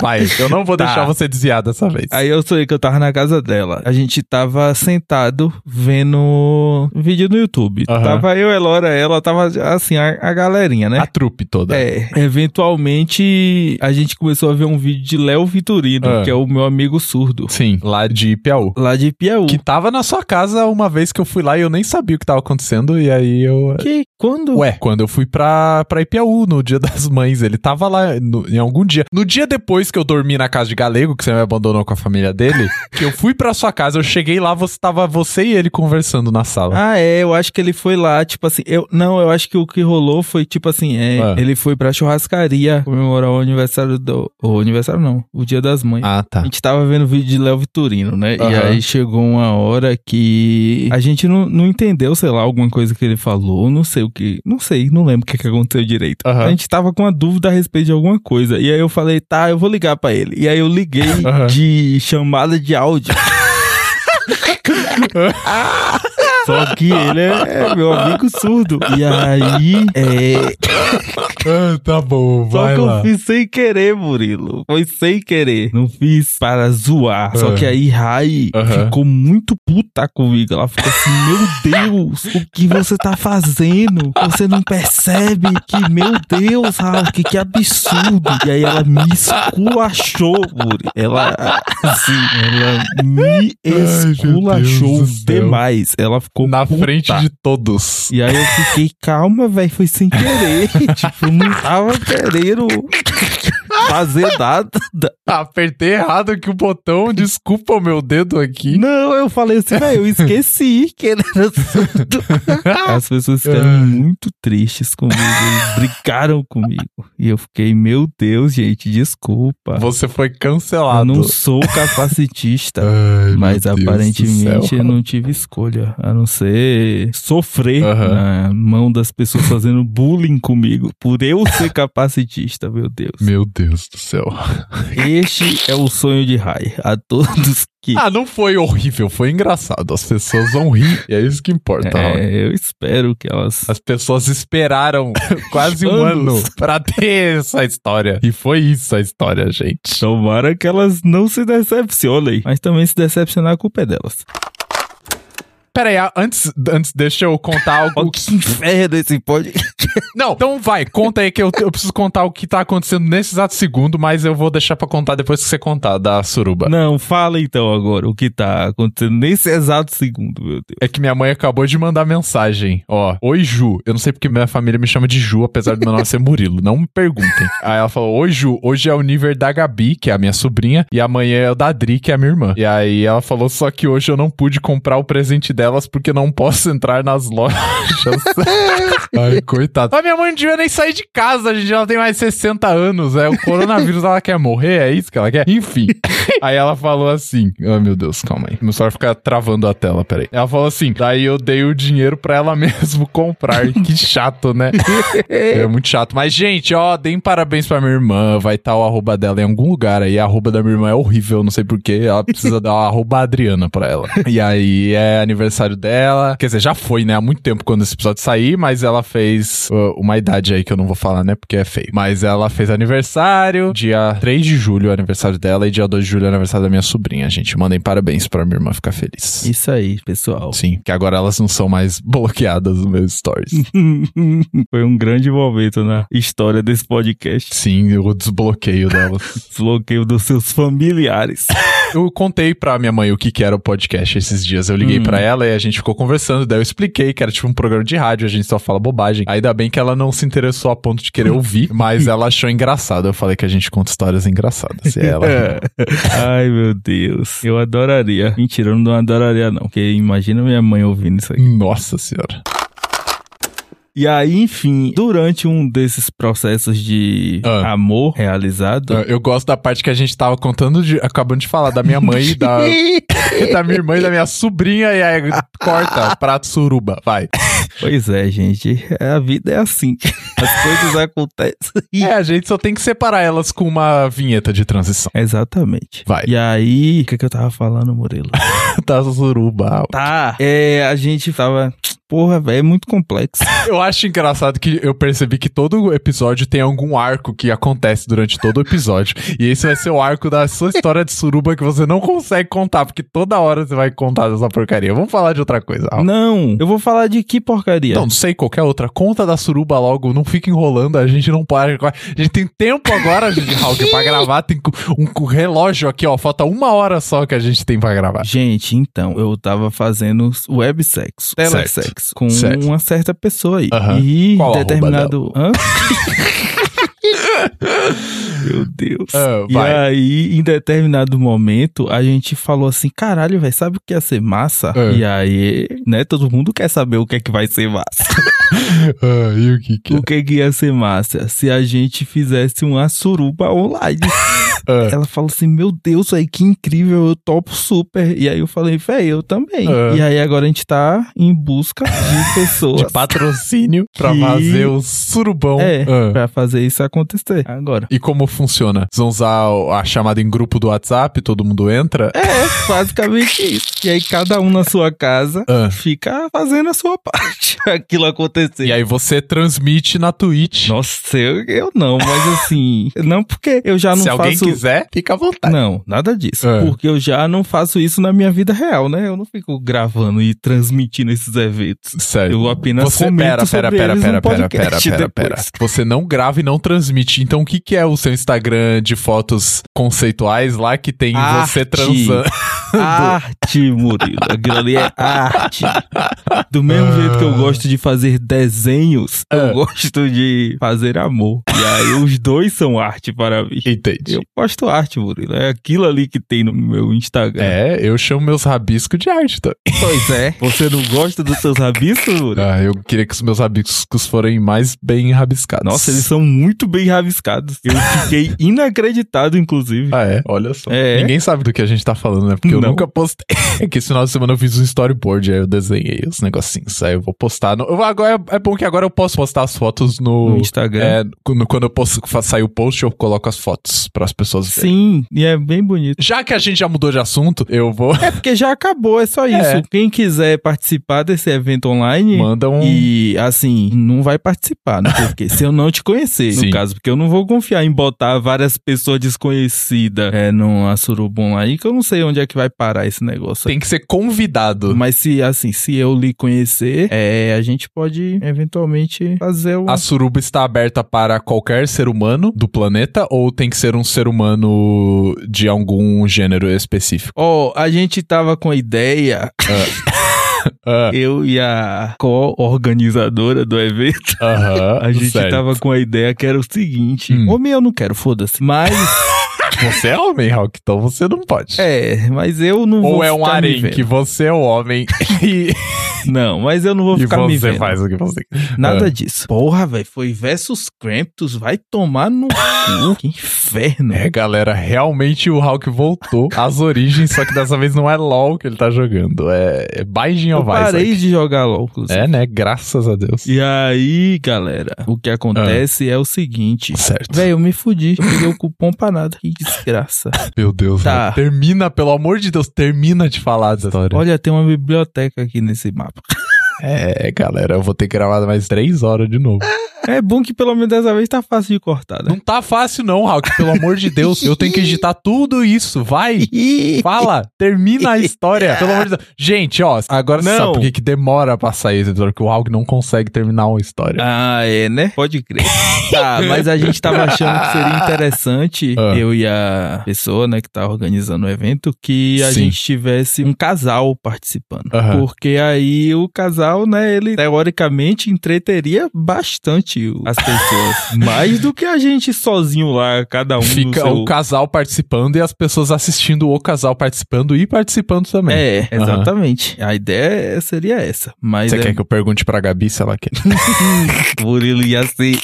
Vai, eu não vou
Tá.
deixar você desviar dessa vez.
Aí eu sonhei que eu tava na casa dela. A gente tava sentado vendo um vídeo no YouTube.
Aham.
Tava eu, Elora, ela, tava assim, a, a galerinha, né?
A trupe toda.
É, eventualmente a gente começou a ver um vídeo de Léo Vitorino,
Ah.
que é o meu amigo surdo,
Sim, lá de Piauí.
lá de Piauí.
Que tava na sua casa uma vez que eu fui lá e eu nem sabia o que tava acontecendo. E aí eu.
Que quando
Ué, quando eu fui pra, pra Ipiaú no dia [LAUGHS] das mães, ele tava lá no- em algum dia. No dia depois que eu dormi na casa de Galego, que você me abandonou com a família [LAUGHS] dele, que eu fui pra sua casa, eu cheguei lá, você tava você e ele conversando na sala.
Ah, é, eu acho que ele foi lá, tipo assim, eu, não, eu acho que o que rolou foi, tipo assim, é,
Ah.
ele foi pra churrascaria comemorar o aniversário do, o aniversário não, o dia das mães.
Ah, tá.
A gente tava vendo vídeo de Léo Vitorino, né? E
Aham.
aí chegou uma hora que a gente não, não entendeu, sei lá, alguma coisa que ele falou, não sei o que, não sei, não lembro o que, que aconteceu direito.
Aham.
A gente tava com uma dúvida a respeito de alguma coisa. E aí eu falei, tá, eu vou ligar pra ele. E aí eu liguei
[LAUGHS] Aham. [LAUGHS]
de chamada de áudio. Só que ele é, é meu amigo surdo. E aí, é,
[LAUGHS] Ah, tá bom,
só
vai
que
lá.
eu fiz sem querer, Murilo. Foi sem querer. Não fiz para zoar. Só
Ah.
que aí Rai
Aham.
ficou muito puta comigo. Ela ficou assim: Meu Deus, o que você tá fazendo? Você não percebe que, meu Deus, Raul, que, que absurdo. E aí ela me esculachou, Murilo. Ela, assim, ela me
Deus do
esculachou
céu.
demais. Ela ficou
Na
puta.
frente de todos.
E aí eu fiquei, calma, velho, foi sem querer. tipo, não tava querendo fazer nada.
[LAUGHS] Apertei errado aqui o [LAUGHS] botão, desculpa o meu dedo aqui.
Não, eu falei assim, velho, eu esqueci que ele era surdo. As pessoas
Ai.
ficaram muito tristes comigo, eles brigaram comigo. E eu fiquei, meu Deus, gente, desculpa.
Você foi
Eu
cancelado.
não sou capacitista.
Ai, meu
Mas
Deus do
aparentemente
céu.
eu não tive escolha, a não ser sofrer
Aham.
na mão das pessoas fazendo bullying comigo, por eu ser [LAUGHS] capacitista, meu Deus.
Meu Deus do céu.
Este é o sonho de Rai, a todos que. [LAUGHS]
Ah, não foi horrível, foi engraçado. As pessoas vão rir, e é isso que importa. Raul.
É, eu espero que elas.
As
[LAUGHS]
pessoas esperaram quase um ano
Anos.
pra ter essa história. E foi isso a história, gente.
Tomara que elas não se decepcionem. Mas também se decepcionar, a culpa é delas.
Pera aí, ah, antes, antes deixa eu contar
Ó,
algo.
que inferno esse pode.
Não, então vai, conta aí que eu, eu preciso contar o que tá acontecendo nesse exato segundo, mas eu vou deixar pra contar depois que você contar da suruba.
Não, fala então agora o que tá acontecendo nesse exato segundo, meu Deus.
É que minha mãe acabou de mandar mensagem. Ó, oi Ju. Eu não sei porque minha família me chama de Ju, apesar do meu nome ser Murilo. Não me perguntem. Aí ela falou: Oi Ju, hoje é o nível da Gabi, que é a minha sobrinha, e amanhã é o da Dri, que é a minha irmã. E aí ela falou: Só que hoje eu não pude comprar o presente delas porque não posso entrar nas lojas. Ai, coitado. Mas minha mãe não devia nem sair de casa, gente. Ela tem mais de 60 anos. É o coronavírus, ela quer morrer, é isso que ela quer? Enfim. Aí ela falou assim: Ai meu Deus, calma aí. Meu celular fica travando a tela, peraí. Ela falou assim: Daí eu dei o dinheiro pra ela [LAUGHS] mesmo comprar. que chato, né? É muito chato. Mas, gente, ó, deem parabéns pra minha irmã. Vai estar o arroba dela em algum lugar aí. A arroba da minha irmã é horrível, não sei porquê. Ela precisa [LAUGHS] dar o arroba Adriana pra ela. E aí é aniversário dela. Quer dizer, já foi, né? Há muito tempo quando esse episódio sair, mas ela fez uh, uma idade aí que eu não vou falar, né? Porque é feio. Mas ela fez aniversário. Dia 3 de julho é o aniversário dela. E dia 2 de julho é o aniversário da minha sobrinha, gente. Mandem parabéns pra minha irmã ficar feliz.
Isso aí, pessoal.
Sim, que agora elas não são mais [LAUGHS] bloqueadas nos meus stories.
[LAUGHS] Foi um grande momento na história desse podcast.
Sim, o desbloqueio delas.
Desbloqueio dos seus familiares. [LAUGHS]
Eu contei pra minha mãe o que, que era o podcast esses dias. Eu liguei
Hum.
pra ela e a gente ficou conversando. Daí eu expliquei que era tipo um programa de rádio, a gente só fala bobagem. Ainda bem que ela não se interessou a ponto de querer [LAUGHS] ouvir, mas ela achou engraçado. Eu falei que a gente conta histórias engraçadas. E [LAUGHS] ela.
É. Ai, meu Deus. Eu adoraria. Mentira, eu não adoraria, não. Porque imagina minha mãe ouvindo isso aí.
Nossa senhora.
E aí, enfim, durante um desses processos de
Ah.
amor realizado.
Então, Eu- Eu gosto da parte que a gente tava contando, de- acabando de falar da minha mãe, e da, [LAUGHS] da minha irmã e da minha sobrinha, e aí corta, prato suruba, vai.
[LAUGHS] Pois é, gente. A vida é assim. [LAUGHS] As coisas acontecem. [LAUGHS]
É, a gente só tem que separar elas com uma vinheta de [LAUGHS] transição.
Exatamente.
Vai.
E aí, o que, que eu tava falando,
[LAUGHS]
Murilo?
Da suruba.
Tá. É, a gente tava. Porra, velho, é muito complexo.
Eu acho engraçado que eu percebi que todo episódio tem algum arco que acontece durante todo o episódio. e esse vai ser o arco da sua história de suruba que você não consegue contar, porque toda hora você vai contar dessa porcaria. Vamos falar de outra coisa. Raul.
Não, eu vou falar de que porcaria?
Não, não sei, qualquer outra. Conta da suruba logo, não fica enrolando, a gente não para. A gente tem tempo agora, gente, Hulk, pra gravar. Tem um um relógio aqui, ó. Falta uma hora só que a gente tem pra gravar.
Gente, então, eu tava fazendo websexo, telesexo, com
Certo.
uma certa pessoa aí.
Aham.
E
Qual a
determinado.
[LAUGHS]
Hã? Meu Deus.
Ah,
e
vai.
aí, em determinado momento, a gente falou assim: caralho, velho, sabe o que ia ser massa?
Ah.
E aí, né, todo mundo quer saber o que é que vai ser massa.
Ah, e o que que é?
o que, que ia ser massa? Se a gente fizesse uma suruba
[LAUGHS]
online.
Ah.
Ela falou assim: Meu Deus, aí que incrível, eu topo super. E aí eu falei: Véi, eu também.
Ah.
E aí agora a gente tá em busca de pessoas.
[LAUGHS] de patrocínio pra
Que-
fazer o surubão.
É,
Ah.
pra fazer isso acontecer. Agora.
E como funciona? Vocês vão usar o- a chamada em grupo do WhatsApp, todo mundo entra?
É, basicamente isso. E aí cada um na sua casa
Ah.
fica fazendo a sua [LAUGHS] parte. Aquilo acontecer.
E aí você transmite na Twitch.
Nossa, eu, eu não, mas assim. não porque eu já não
Se alguém
faço.
quiser, fica à vontade.
Não, nada disso.
É.
Porque eu já não faço isso na minha vida real, né? Eu não fico gravando e transmitindo esses eventos.
Sério.
Eu apenas
Você,
comento
pera, pera,
sobre
pera,
eles
pera,
no
pera, pera,
podcast
pera, pera. [LAUGHS]
depois.
Você não grava e não transmite. Então o que que é o seu Instagram de fotos conceituais lá que tem
Arte.
você transando? [LAUGHS]
Arte, Murilo. Aquilo ali é arte. Do mesmo jeito que eu gosto de fazer desenhos,
Ah.
eu gosto de fazer amor. E aí os dois são arte para mim.
Entendi.
Eu posto arte, Murilo. É aquilo ali que tem no meu Instagram.
É, eu chamo meus rabiscos de arte tá? também.
Pois é. Você não gosta dos seus rabiscos, Murilo?
Ah, eu queria que os meus rabiscos forem mais bem rabiscados.
Nossa, eles são muito bem rabiscados. Eu [LAUGHS] fiquei inacreditado, inclusive.
Ah, é? Olha só.
É.
Ninguém sabe do que a gente tá falando, né? Porque eu
Não.
nunca postei. [LAUGHS] É que esse final de semana eu fiz um storyboard, aí eu desenhei os negocinhos. Aí eu vou postar. No... eu- Agora, é bom que agora eu posso postar as fotos
No
no.
Instagram.
É, quando quando eu posto, fa- sair o post, eu coloco as fotos pras pessoas verem.
Sim, e é bem bonito.
Já que a gente já mudou de assunto, eu vou.
É porque já acabou, é só isso.
É.
Quem quiser participar desse evento online,
Manda um.
E assim, não vai participar, né? Porque se eu não te conhecer,
Sim.
no caso, porque eu não vou confiar em botar várias pessoas desconhecidas é, numa suruba online, que eu não sei onde é que vai parar esse negócio.
Tem que ser convidado.
Mas se assim, se eu lhe conhecer, é, a gente pode eventualmente fazer um o.
A suruba está aberta para qualquer ser humano do planeta ou tem que ser um ser humano de algum gênero específico?
Ó, a gente tava com a
[LAUGHS]
ideia,
Ah,
eu e a co-organizadora do evento,
Aham.
[LAUGHS] a gente tá
sério.
tava com a ideia que era o seguinte:
Hum.
homem eu não quero, foda-se. Mas
Você é homem, Rock, então você não pode.
[LAUGHS] É, mas eu não vou
Ou é um
ficar me
harém
vendo.
que você é o homem e,
Não, mas eu não vou
e
ficar me
você
vendo.
faz É. o que você quer.
Nada disso. Porra, velho, foi versus Krampus, vai tomar no cu. Que inferno.
É, galera, realmente o Hulk voltou às origens, só que dessa vez não é LOL que ele tá jogando, é, é Binding
eu
of Isaac.
parei de jogar LOL. inclusive.
É, né? Graças a Deus.
E aí, galera, o que acontece é o
[LAUGHS]
seguinte.
Certo.
Velho, eu me fudi. Peguei o cupom pra nada. Que desgraça.
Meu Deus,
Tá.
velho. termina, pelo amor de Deus, termina de falar dessa história.
Olha, tem uma biblioteca aqui nesse mapa. [LAUGHS]
É, galera, eu vou ter que gravar mais três horas de novo. né?
É bom que pelo menos dessa vez tá fácil de cortar, né?
Não tá fácil não, Hulk, pelo amor de [LAUGHS] Deus. Eu tenho que editar tudo isso, vai. Fala, termina
[LAUGHS]
a história. Pelo amor de Deus. Gente, ó, agora você
Não.
sabe por que, que demora pra sair esse episódio, porque o Hulk não consegue terminar uma história.
Ah, é, né? Pode
[LAUGHS]
crer. tá, mas a gente tava achando que seria interessante,
Ah.
eu e a pessoa, né, que tá organizando o evento, que a
Sim.
gente tivesse um casal participando.
Aham.
Porque aí o casal, né, ele teoricamente entreteria bastante o- as
[LAUGHS]
pessoas. mais do que a gente sozinho lá, cada um no
Fica
seu...
o casal participando e as pessoas assistindo o casal participando e participando também.
É,
Aham.
exatamente. A ideia é, seria essa. Mas
Você
é [LAUGHS]
quer que eu pergunte pra Gabi se ela quer?
Murilo ia ser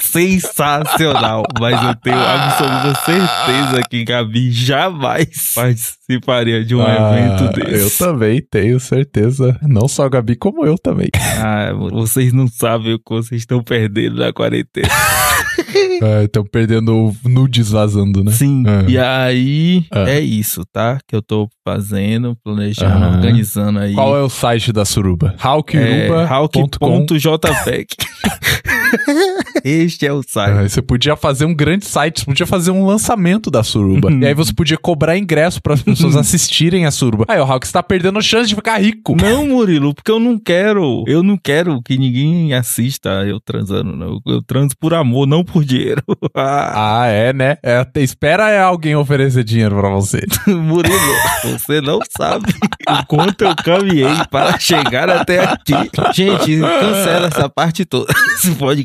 sensacional, mas eu tenho absoluta certeza que Gabi jamais participaria de um
Ah,
evento
Eu
desse.
também tenho certeza. Não só a Gabi, como eu
[LAUGHS]
também.
Ah, vocês não sabem o que vocês estão perdendo na quarentena.
Estão Ah, então perdendo nudes vazando, né?
Sim.
Ah.
E aí,
Ah.
é isso, tá? Que eu tô fazendo, planejando,
Aham.
organizando aí.
Qual é o site da Suruba?
É,
Hawkiruba.com.
Hawk.jpg.
[LAUGHS]
este é o site.
Ah, Você podia fazer um grande site, você podia fazer um lançamento da Suruba. e aí você podia cobrar ingresso para as pessoas assistirem a Suruba. Aí, o Hawk, você tá perdendo a chance de ficar rico.
Não, Murilo, porque eu não quero. Eu não quero que ninguém assista eu transando, não. Eu transo por amor, não por dinheiro. [LAUGHS] Ah,
Ah, é, né? É, te- espera alguém oferecer dinheiro pra você.
Murilo, você não sabe o quanto eu caminhei para chegar até aqui. Gente, cancela essa parte toda. [LAUGHS] Se pode.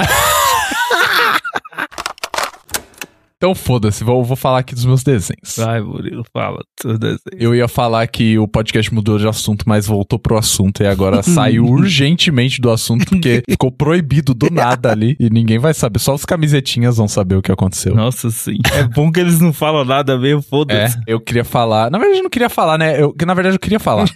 Então foda-se, vou, vou falar aqui dos meus desenhos.
Vai, Murilo, fala seu desenho.
Eu ia falar que o podcast mudou de assunto, mas voltou pro assunto e agora saiu urgentemente do assunto porque ficou proibido do nada ali e ninguém vai saber. Só os camisetinhas vão saber o que aconteceu.
Nossa, sim. É bom que eles não falam nada mesmo,
É,
foda-se.
eu queria falar. Na verdade, eu não queria falar, né? Eu, que, na verdade, eu queria falar.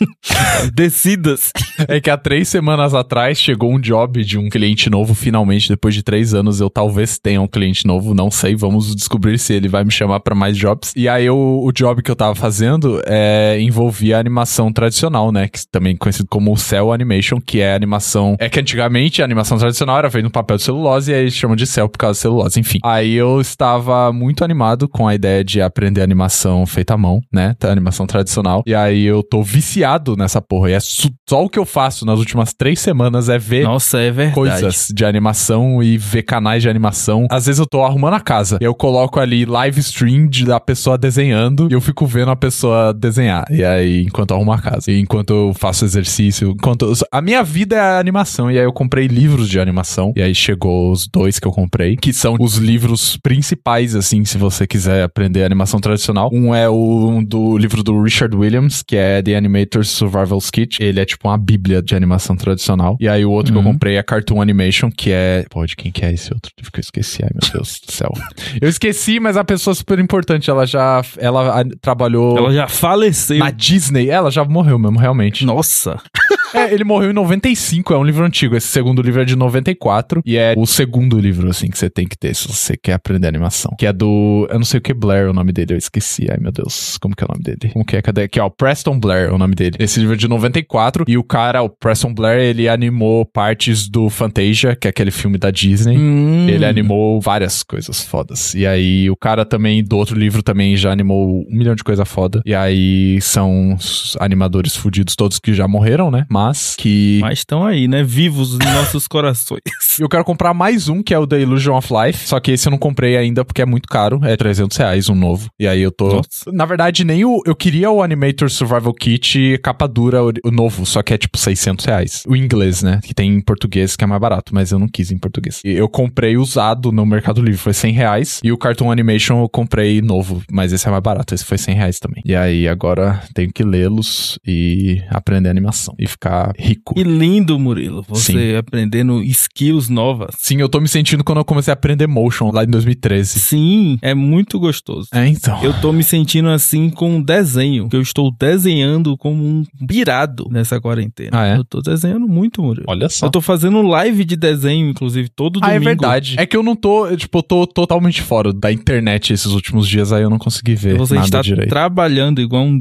Decida-se.
É que há três semanas atrás chegou um job de um cliente novo, finalmente, depois de três anos. Eu talvez tenha um cliente novo, não sei, vamos descobrir se ele vai me chamar pra mais jobs. E aí o, o job que eu tava fazendo é, envolvia a animação tradicional, né? Que também é conhecido como cell animation, que é a animação. É que antigamente a animação tradicional era feita no papel de celulose e aí eles chamam de cell por causa de celulose, enfim. Aí eu estava muito animado com a ideia de aprender animação feita à mão, né? Tá, Animação tradicional. E aí eu tô viciado nessa porra. E é su- só o que eu faço nas últimas três semanas é ver
Nossa, é verdade.
coisas de animação e ver canais de animação. Às vezes eu tô arrumando a casa e eu coloco ali live stream de- da pessoa desenhando e eu fico vendo a pessoa desenhar. E aí, enquanto eu arrumo a casa, e enquanto eu faço exercício, enquanto eu- a minha vida é a animação. E aí eu comprei livros de animação e aí chegou os dois que eu comprei, que são os livros principais assim, se você quiser aprender animação tradicional. Um é o um do livro do Richard Williams, que é The Animator's Survival's Kit. Ele é tipo uma bíblia de animação tradicional. E aí o outro que eu
Uhum.
comprei é Cartoon Animation, que é. Pô, de quem que é esse outro livro que eu esqueci? Ai, meu Deus do céu. Eu esqueci, mas a pessoa é super importante. Ela já. Ela ah, trabalhou.
Ela já faleceu.
Na Disney, ela já morreu mesmo, realmente.
Nossa.
[LAUGHS] É, ele morreu em 95, é um livro antigo. Esse segundo livro é de 94 e é o segundo livro, assim, que você tem que ter se você quer aprender animação. Que é do. Eu não sei o que Blair é o nome dele, eu esqueci. Ai, meu Deus, como que é o nome dele? Como que é? Cadê? Aqui, ó, Preston Blair é o nome dele. Esse livro é de 94 e o cara, o Preston Blair, ele animou partes do Fantasia, que é aquele filme da Disney.
Hum.
Ele é animou várias coisas fodas. E aí, o cara também, do outro livro, também já animou um milhão de coisa foda. E aí, são os animadores fudidos, todos que já morreram, né? Mas que.
Mas estão aí, né? Vivos nos nossos [LAUGHS] corações.
Eu quero comprar mais um, que é o The Illusion of Life. Só que esse eu não comprei ainda porque é muito caro. É 300 reais um novo. E aí eu tô.
Nossa.
Na verdade, nem o. Eu queria o Animator Survival Kit capa dura, o o novo. Só que é tipo 600 reais. O inglês, né? Que tem em português, que é mais barato. Mas eu não quis em português. E eu comprei usado no Mercado Livre. Foi 100 reais. E o Cartoon Animation eu comprei novo. Mas esse é mais barato. Esse foi 100 reais também. E aí agora tenho que lê-los e aprender animação. E ficar rico.
Que lindo, Murilo. Você aprendendo skills novas.
Sim, eu tô me sentindo quando eu comecei a aprender motion lá em 2013.
Sim, é muito gostoso.
É, então.
Eu tô me sentindo assim com um desenho, que eu estou desenhando como um pirado nessa quarentena.
Ah, é?
Eu tô desenhando muito, Murilo.
Olha só.
Eu tô fazendo live de desenho, inclusive, todo
Ah,
domingo.
é verdade. É que eu não tô, eu, tipo, eu tô totalmente fora da internet esses últimos dias, aí eu não consegui ver
Então, Você
nada
está
direito.
trabalhando igual um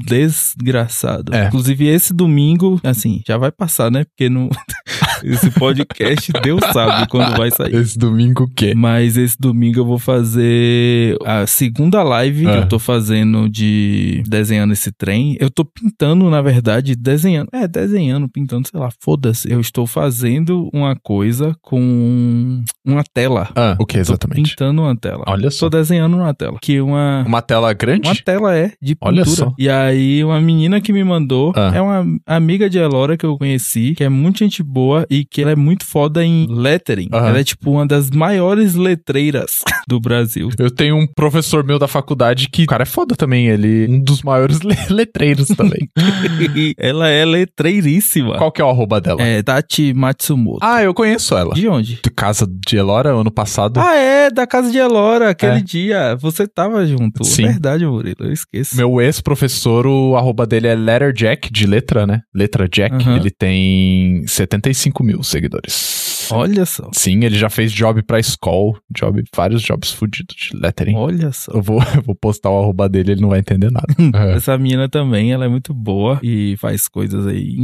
desgraçado.
É.
Inclusive, esse domingo, assim, já vai passar, né? Porque no... [LAUGHS] esse podcast, Deus sabe quando vai sair.
Esse domingo o quê?
Mas esse domingo eu vou fazer a segunda live
Ah.
que eu tô fazendo de desenhando esse trem. Eu tô pintando, na verdade, desenhando. É, desenhando, pintando, sei lá, foda-se. Eu estou fazendo uma coisa com uma tela.
Ah, o que
Tô
exatamente?
pintando uma tela.
Olha só.
Estou desenhando uma tela. Que uma
Uma tela grande?
uma tela é de pintura.
Olha só.
E aí, uma menina que me mandou
Ah.
é uma amiga de Elora que eu conheci, que é muito gente boa e que ela é muito foda em lettering.
Aham.
Ela é tipo uma das maiores letreiras [LAUGHS] do Brasil.
[LAUGHS] Eu tenho um professor meu da faculdade que, o cara é foda também, ele é um dos maiores le- [LAUGHS] letreiros
[LAUGHS]
também.
ela é letreiríssima.
Qual que é o arroba dela?
É, Tati Matsumoto.
Ah, eu conheço ela.
De onde?
De casa de Elora, ano passado.
Ah, é, da casa de Elora, aquele dia. Você tava junto.
É. Sim.
Verdade, Murilo, eu esqueço.
Meu ex-professor, o arroba dele é Letterjack, de letra, né? Letra Jack.
Aham.
Ele tem 75 mil seguidores.
Olha só.
Sim, ele já fez job pra Skoll, job, vários jobs fudidos de lettering.
Olha só.
Eu vou, [LAUGHS] eu vou postar o arroba dele, ele não vai entender
[LAUGHS]
nada. É.
Essa menina também, ela é muito boa e faz coisas aí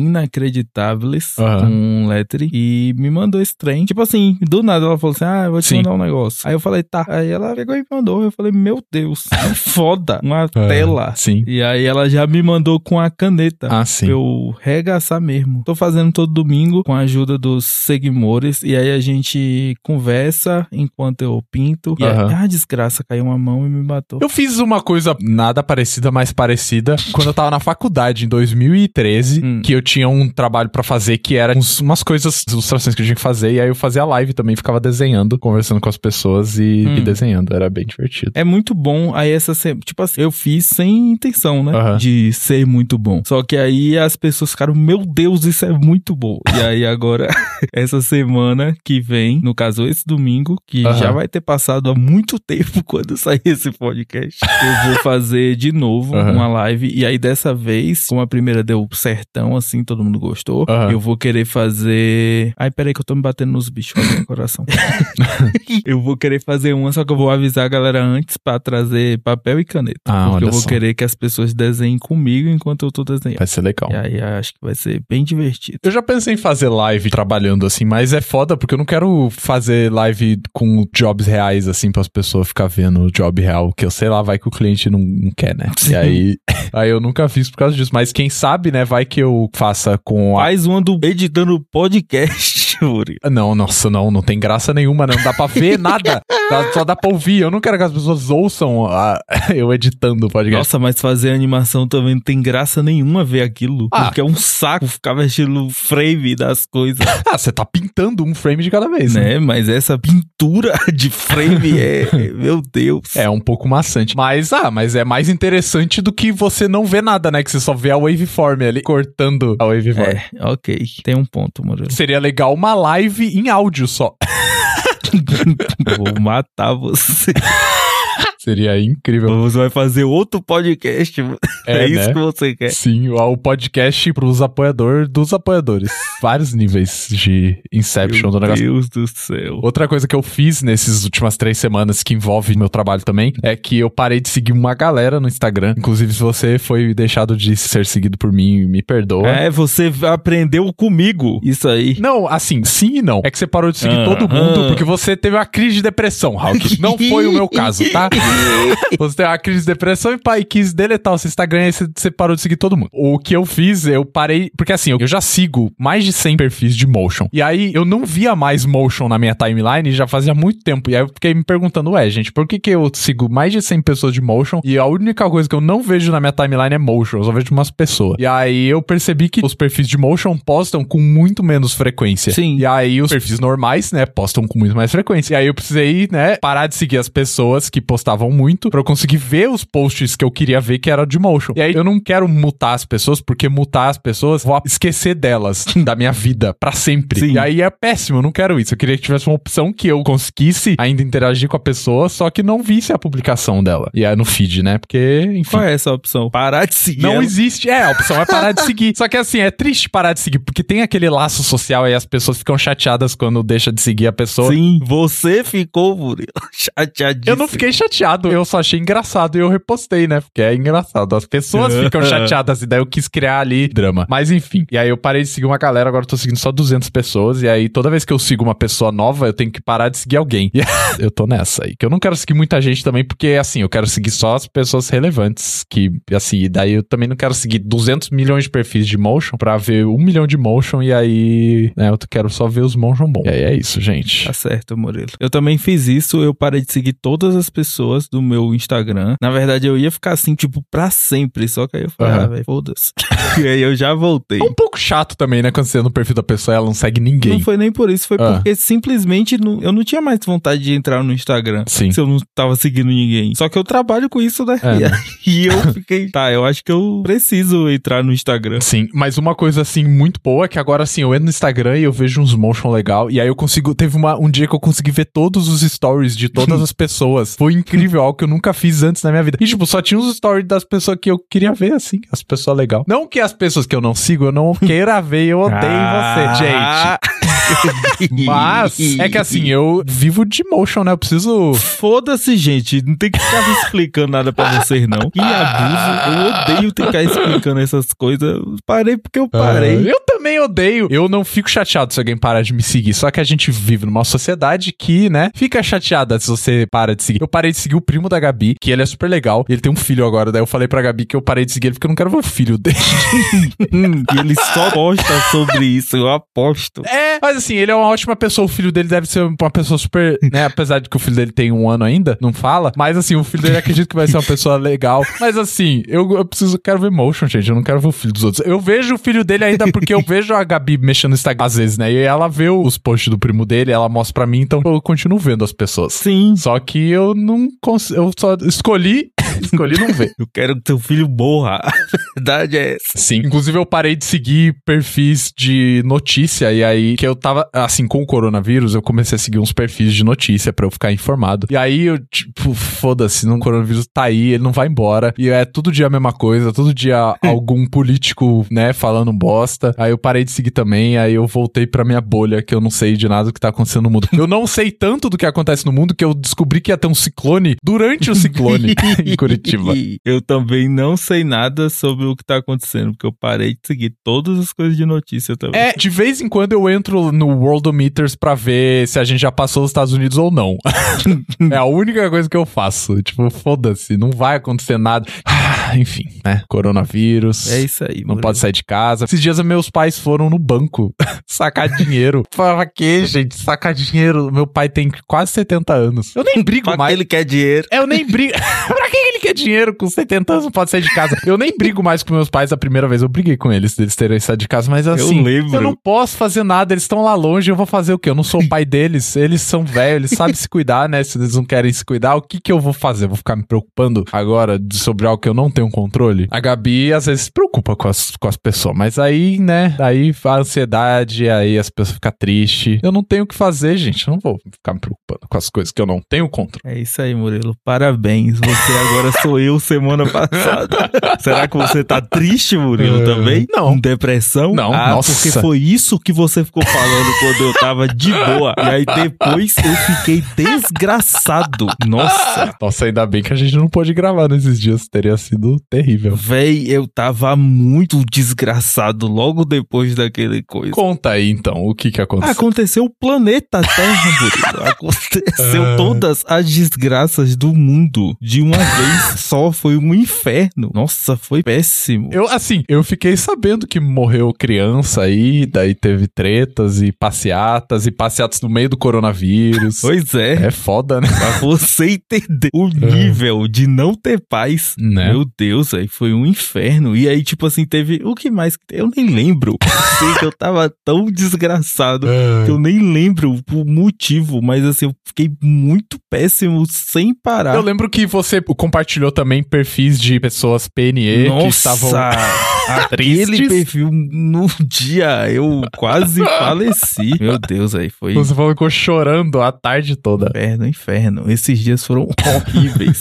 inacreditáveis
Aham.
com lettering. E me mandou esse trem. Tipo assim, do nada ela falou assim: Ah, eu vou te
Sim.
mandar um negócio. Aí eu falei, tá. Aí ela pegou e me mandou. Eu falei, meu Deus, que [LAUGHS] foda. Uma
É,
tela.
Sim.
E aí ela já me mandou com a caneta.
Ah,
Pra
sim.
Então, eu regaçar mesmo. Tô fazendo todo domingo com a ajuda dos seguidores. E aí a gente conversa enquanto eu pinto. E aí,
Aham.
ah, desgraça, caiu uma mão e me matou.
Eu fiz uma coisa nada parecida, mas parecida, quando eu tava na faculdade, em 2013,
Hum.
que eu tinha um trabalho pra fazer que era uns- umas coisas, ilustrações que eu tinha que fazer, e aí eu fazia live também, ficava desenhando, conversando com as pessoas e,
Hum.
e desenhando, era bem divertido.
É muito bom. Aí essa se- tipo assim, eu fiz sem intenção, né?
Aham.
De ser muito bom. Só que aí as pessoas ficaram, meu Deus, isso é muito bom. E aí agora [LAUGHS] essa semana que vem, no caso esse domingo, que
Aham.
já vai ter passado há muito [LAUGHS] tempo quando sair esse podcast, eu vou fazer de novo
Aham.
uma live. E aí dessa vez, como a primeira deu certão, assim, todo mundo gostou,
Aham.
eu vou querer fazer. Ai, peraí que eu tô me batendo nos bichos com meu coração. eu vou querer fazer uma, só que eu vou avisar a galera antes pra trazer papel e caneta.
Ah,
porque
olha
eu vou
só.
querer que as pessoas desenhem comigo enquanto eu tô desenhando.
Vai ser legal.
E aí acho que vai ser bem divertido.
Eu já pensei em fazer live trabalhando assim, mas é foda porque eu não quero fazer live com jobs reais assim para as pessoas ficar vendo o job real, que eu sei lá, vai que o cliente não, não quer, né?
Sim.
E aí, [LAUGHS] aí eu nunca fiz por causa disso, mas quem sabe, né, vai que eu faça com a
Faz uma do editando podcast, [LAUGHS] Yuri.
não, nossa, não, não tem graça nenhuma, né? Não dá pra
[LAUGHS]
ver nada. Dá- Só dá pra ouvir. Eu não quero que as pessoas ouçam a- [LAUGHS] eu editando o podcast.
Nossa, mas fazer animação também não tem graça nenhuma ver aquilo.
Ah.
Porque é um saco ficar mexendo o frame das
[LAUGHS]
coisas,
Ah, você tá pintando um frame de cada vez, né?
né? Mas essa pintura [LAUGHS] de frame é. Meu Deus.
É um pouco maçante. Mas, ah, mas é mais interessante do que você não ver nada, né? Que você só vê a waveform ali cortando a waveform.
É, ok. Tem um ponto,
[LAUGHS]
Murilo.
Seria legal uma live em áudio só. [LAUGHS]
Vou matar você.
Seria incrível.
Você vai fazer outro podcast. [LAUGHS] É,
É,
isso
né?
que você quer.
Sim, o o podcast pros apoiadores dos apoiadores. [LAUGHS] Vários níveis de inception do
Meu
negócio.
Deus do céu.
Outra coisa que eu fiz nessas últimas três semanas que envolve meu trabalho também é que eu parei de seguir uma galera no Instagram. Inclusive, se você foi deixado de ser seguido por mim, me perdoa.
É, você aprendeu comigo isso aí.
Não, assim, sim e não. É que você parou de seguir
Ah,
todo mundo
ah.
porque você teve uma crise de depressão, Hulk. Não foi o meu caso,
[LAUGHS]
tá? [LAUGHS] Você teve uma crise de depressão e, pai, quis deletar o seu Instagram e aí você, você parou de seguir todo mundo. O que eu fiz, eu parei... Porque, assim, eu, eu já sigo mais de 100 perfis de motion. E aí, eu não via mais motion na minha timeline já fazia muito tempo. E aí, eu fiquei me perguntando, ué, gente, por que que eu sigo mais de 100 pessoas de motion e a única coisa que eu não vejo na minha timeline é motion? Eu só vejo umas pessoas. E aí, eu percebi que os perfis de motion postam com muito menos frequência.
Sim.
E e aí os perfis normais, né, postam com muito mais frequência. E aí eu precisei, né, parar de seguir as pessoas que postavam muito pra eu conseguir ver os posts que eu queria ver que era de motion. E aí eu não quero mutar as pessoas, porque mutar as pessoas, vou esquecer delas [LAUGHS] da minha vida pra sempre.
Sim.
E aí é péssimo, eu não quero isso. Eu queria que tivesse uma opção que eu conseguisse ainda interagir com a pessoa, só que não visse a publicação dela. E aí no feed, né? Porque, enfim,
Qual é essa opção? Parar de seguir.
não
ela?
existe. É, a opção é parar de seguir. [LAUGHS] Só que assim, é triste parar de seguir, porque tem aquele laço social e as pessoas ficam chateadas quando deixa de seguir a pessoa.
Sim, você ficou, Murilo, [LAUGHS] chateadíssimo.
Eu não fiquei chateado, eu só achei engraçado e eu repostei, né? Porque é engraçado. As pessoas ficam chateadas e daí eu quis criar ali drama. Mas enfim. E aí eu parei de seguir uma galera, agora eu tô seguindo só 200 pessoas. E aí toda vez que eu sigo uma pessoa nova, eu tenho que parar de seguir alguém. E [LAUGHS] eu tô nessa aí. Que eu não quero seguir muita gente também, porque assim, eu quero seguir só as pessoas relevantes. Que assim, e daí eu também não quero seguir 200 milhões de perfis de motion pra ver um milhão de motion. E aí, né? Eu quero só ver os motion bons. E aí é isso, gente.
Tá certo, Murilo. Eu também fiz isso, eu parei de seguir todas as pessoas do meu Instagram. Na verdade, eu ia ficar assim, tipo, pra sempre. Só que aí eu falei,
Aham.
ah, velho, foda-se. [LAUGHS] e aí eu já voltei.
É um pouco chato também, né? Quando você é no perfil da pessoa e ela não segue ninguém.
Não foi nem por isso, foi
Ah.
porque simplesmente não- eu não tinha mais vontade de entrar no Instagram.
Sim.
Se eu não tava seguindo ninguém. Só que eu trabalho com isso, né? [LAUGHS]
É,
E aí eu fiquei. Tá, eu acho que eu preciso entrar no [LAUGHS] Instagram.
Sim, mas uma coisa assim muito boa é que agora assim, eu entro no Instagram e eu vejo uns motion legal e aí eu consigo, teve uma, um dia que eu consegui ver todos os stories de todas as pessoas. Foi incrível, algo que eu nunca fiz antes na minha vida. E tipo, só tinha uns stories das pessoas que eu queria ver assim, as pessoas legal. Não que as pessoas que eu não sigo eu não queira ver, eu odeio você, gente.
gente.
Mas é que assim, eu vivo de motion, né? Eu preciso
Foda-se, gente. Não tem que ficar explicando nada pra vocês, não. Que abuso. Eu odeio ter que ficar explicando essas coisas. Parei porque eu parei.
Ah, eu também odeio. Eu não fico chateado se alguém parar de me seguir. Só que a gente vive numa sociedade que, né, fica chateada se você para de seguir. Eu parei de seguir o primo da Gabi, que ele é super legal. Ele tem um filho agora. Daí eu falei pra Gabi que eu parei de seguir ele porque eu não quero ver o filho dele. Ah.
Hum, e ele só posta sobre isso. Eu aposto.
É, mas assim, ele é uma ótima pessoa. O filho dele deve ser uma pessoa super, né? Apesar de que o filho dele tem um ano ainda, não fala. Mas assim, o filho dele acredito que vai ser uma pessoa legal. Mas assim, eu, eu preciso, eu quero ver motion, gente. Eu não quero ver o filho dos outros. Eu vejo o filho dele ainda porque eu vejo a Gabi mexendo no Instagram às vezes, né? E ela vê os posts do primo dele, ela mostra pra mim, então eu continuo vendo as pessoas.
Sim.
Só que eu não consigo. Eu só escolhi [LAUGHS] escolhi não ver.
Eu quero que teu filho morra. [LAUGHS] A verdade é essa.
Sim. Inclusive, eu parei de seguir perfis de notícia. E aí, que eu tava, assim, com o coronavírus, eu comecei a seguir uns perfis de notícia pra eu ficar informado. E aí, eu, tipo, foda-se, não, o coronavírus tá aí, ele não vai embora. E é todo dia a mesma coisa, todo dia algum político, né, falando bosta. Aí eu parei de seguir também. Aí eu voltei pra minha bolha, que eu não sei de nada do que tá acontecendo no mundo. Eu não sei tanto do que acontece no mundo que eu descobri que ia ter um ciclone durante o ciclone em Curitiba.
[LAUGHS] Eu também não sei nada sobre o que tá acontecendo, porque eu parei de seguir todas as coisas de notícia também.
É, de vez em quando eu entro no Worldometers pra ver se a gente já passou os Estados Unidos ou [LAUGHS] não. é a única coisa que eu faço. Tipo, foda-se, não vai acontecer nada. Enfim, né? Coronavírus.
É isso aí,
Não
Murilo.
pode sair de casa. Esses dias meus pais foram no banco [LAUGHS] sacar dinheiro. Pra quê, gente? Sacar dinheiro. Meu pai tem quase 70 anos. Eu nem brigo
Mas
mais.
ele quer dinheiro.
Eu nem brigo. [LAUGHS] pra que ele quer dinheiro com 70 anos? Não pode sair de casa. Eu nem brigo mais com meus pais a primeira vez. Eu briguei com eles deles terem saído de casa, mas assim.
eu lembro.
Eu não posso fazer nada, eles estão lá longe, eu vou fazer o quê? Eu não sou o pai deles, eles são velhos, eles sabem se cuidar, né? Se eles não querem se cuidar, o que que eu vou fazer? Eu Vou ficar me preocupando agora de- sobre algo que eu não tenho controle? A Gabi às vezes se preocupa com as, com as pessoas, mas aí, né? Aí a ansiedade, aí as pessoas ficam tristes. Eu não tenho o que fazer, gente, eu não vou ficar me preocupando com as coisas que eu não tenho controle.
É isso aí, Murilo. Parabéns. Você agora sou eu semana
[LAUGHS]
passada. Será que você tá triste, Murilo,
É.
também?
Não.
Com Depressão?
Não,
ah,
nossa.
Porque foi isso que você ficou falando quando eu tava de boa. E aí depois eu fiquei desgraçado. Nossa.
[LAUGHS] Nossa, ainda bem que a gente não pôde gravar nesses dias, teria sido terrível.
Véi, eu tava muito desgraçado logo depois daquele coisa.
Conta aí então, o que que aconteceu?
Aconteceu o planeta Terra, [LAUGHS] Murilo. Aconteceu
Ah.
todas as desgraças do mundo de [LAUGHS] uma vez só. Foi um inferno. Nossa, foi péssimo.
Eu, assim, eu fiquei sabendo que morreu criança aí, daí teve tretas e passeatas, e passeatas no meio do coronavírus.
Pois é,
É foda, [LAUGHS] né?
pra você entender [LAUGHS] o nível de não ter paz.
Né?
Meu Deus, aí foi um inferno. E aí, tipo assim, teve. O que mais? que teve? Eu nem lembro. [LAUGHS] Sei que eu tava tão desgraçado que eu nem lembro o motivo, mas assim, eu fiquei muito péssimo sem parar.
Eu lembro que você compartilhou também perfis de pessoas PNE que estavam.
[LAUGHS] aquele
tristes.
perfil no dia eu [LAUGHS] quase faleci. Meu Deus, aí foi
Você falou que ficou chorando a tarde toda.
inferno, inferno. Esses dias [LAUGHS] foram horríveis.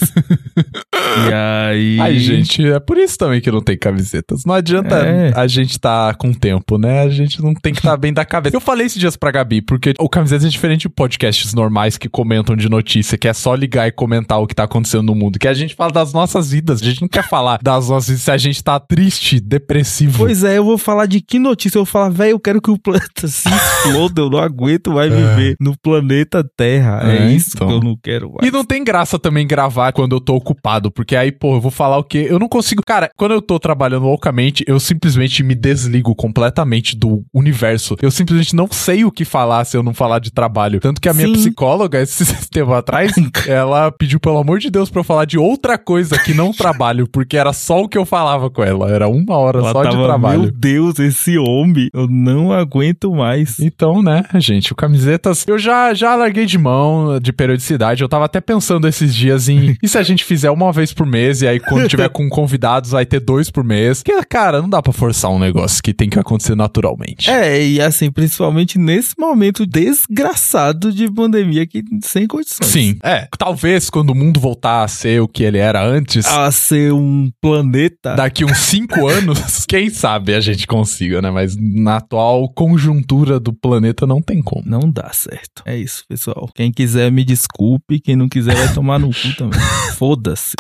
e aí,
Ai, gente, é por isso também que não tem camisetas. Não adianta
É.
a gente tá com tempo, né? A gente não tem que estar bem da cabeça. Eu falei esses dias pra Gabi, porque o camisetas é diferente de podcasts normais que comentam de notícia, que é só ligar e comentar o que tá acontecendo no mundo. Que a gente fala das nossas vidas. A gente não quer falar das nossas vidas se a gente tá triste, depressivo.
Pois é, eu vou falar de que notícia? Eu vou falar, velho, eu quero que o planeta se exploda, eu não aguento mais viver no planeta Terra. É,
É,
isso
então.
que eu não quero mais.
E não tem graça também gravar quando eu tô ocupado, porque aí, pô, eu vou falar o quê? Eu não consigo. Cara, quando eu tô trabalhando loucamente, eu simplesmente me desligo completamente do universo. Eu simplesmente não sei o que falar se eu não falar de trabalho. Tanto que a minha
Sim.
psicóloga, esse [LAUGHS] tempo atrás, ela pediu, pelo amor de Deus, pra eu falar de outra coisa que não trabalho, porque era só o que eu falava com ela. Era uma hora
Ela
só de
tava,
trabalho.
Meu Deus, esse homem, eu não aguento mais.
Então, né, gente, o camisetas. Eu já, já larguei de mão eh, de periodicidade. Eu tava até pensando esses dias em. E se a gente fizer uma vez por mês? E aí, quando tiver com convidados, vai ter dois por mês. Porque, cara, não dá pra forçar um negócio que tem que acontecer naturalmente.
É, e assim, principalmente nesse momento desgraçado de pandemia que sem condições.
Sim, é. Talvez quando o mundo voltar a ser o que ele era antes,
A ser um planeta.
daqui uns cinco anos, quem sabe a gente consiga, né? Mas na atual conjuntura do planeta não tem como.
Não dá certo. É isso, pessoal. Quem quiser, me desculpe. Quem não quiser, vai tomar no cu
[LAUGHS]
também. Foda-se.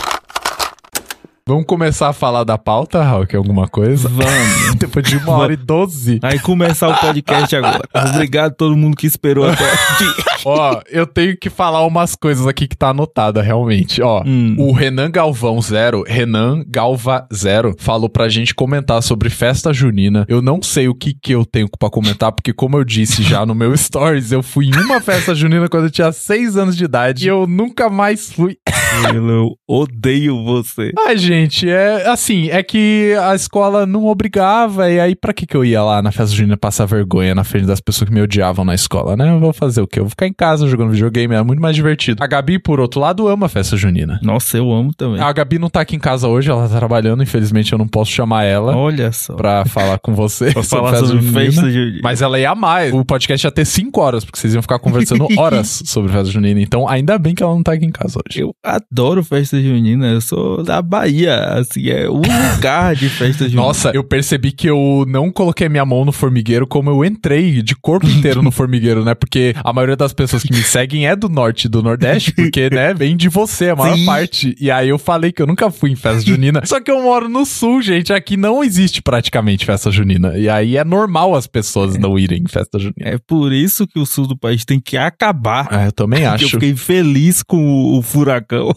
Vamos começar a falar da pauta, Raul, que é alguma
[LAUGHS]
coisa?
Vamos.
Depois de uma hora e doze.
Aí começar o podcast agora. Obrigado a todo mundo que esperou até
[LAUGHS]
aqui.
Ó, eu tenho que falar umas coisas aqui que tá anotada, realmente. Ó,
Hum.
o Renan Galvão Zero, Renan Galva Zero, falou pra gente comentar sobre festa junina. Eu não sei o que que eu tenho pra comentar, porque como eu disse já no [LAUGHS] meu stories, eu fui em uma festa junina quando eu tinha seis anos de idade e eu nunca mais fui.
Murilo, eu odeio você.
Ah, gente, é assim, é que a escola não obrigava, e aí pra que que eu ia lá na festa junina passar vergonha na frente das pessoas que me odiavam na escola, né? Eu vou fazer o quê? Eu vou ficar em casa jogando videogame, era muito mais divertido. A Gabi, por outro lado, ama a festa junina.
Nossa, eu amo também.
A Gabi não tá aqui em casa hoje, ela tá trabalhando, infelizmente eu não posso chamar ela
Olha só.
pra falar com
[LAUGHS]
você.
Pra
sobre
falar
festa
sobre
junina.
festa de...
Mas ela ia amar. O podcast ia ter 5 horas, porque vocês iam
[LAUGHS]
ficar conversando horas sobre festa junina. Então, ainda bem que ela não tá aqui em casa hoje.
Eu adoro festa junina, eu sou da Bahia, assim, é o lugar de festa junina.
Nossa, eu percebi que eu não coloquei minha mão no formigueiro como eu entrei de corpo inteiro [LAUGHS] no formigueiro, né? Porque a maioria das pessoas que me seguem é do norte e do [LAUGHS] nordeste, porque, né, vem de você a maior
Sim.
parte. E aí eu falei que eu nunca fui em festa junina. [LAUGHS] Só que eu moro no sul, gente. Aqui não existe praticamente festa junina. E aí é normal as pessoas não irem em festa junina.
É por isso que o sul do país tem que acabar.
Ah, eu também
Que Eu
acho.
fiquei feliz com o, o furacão.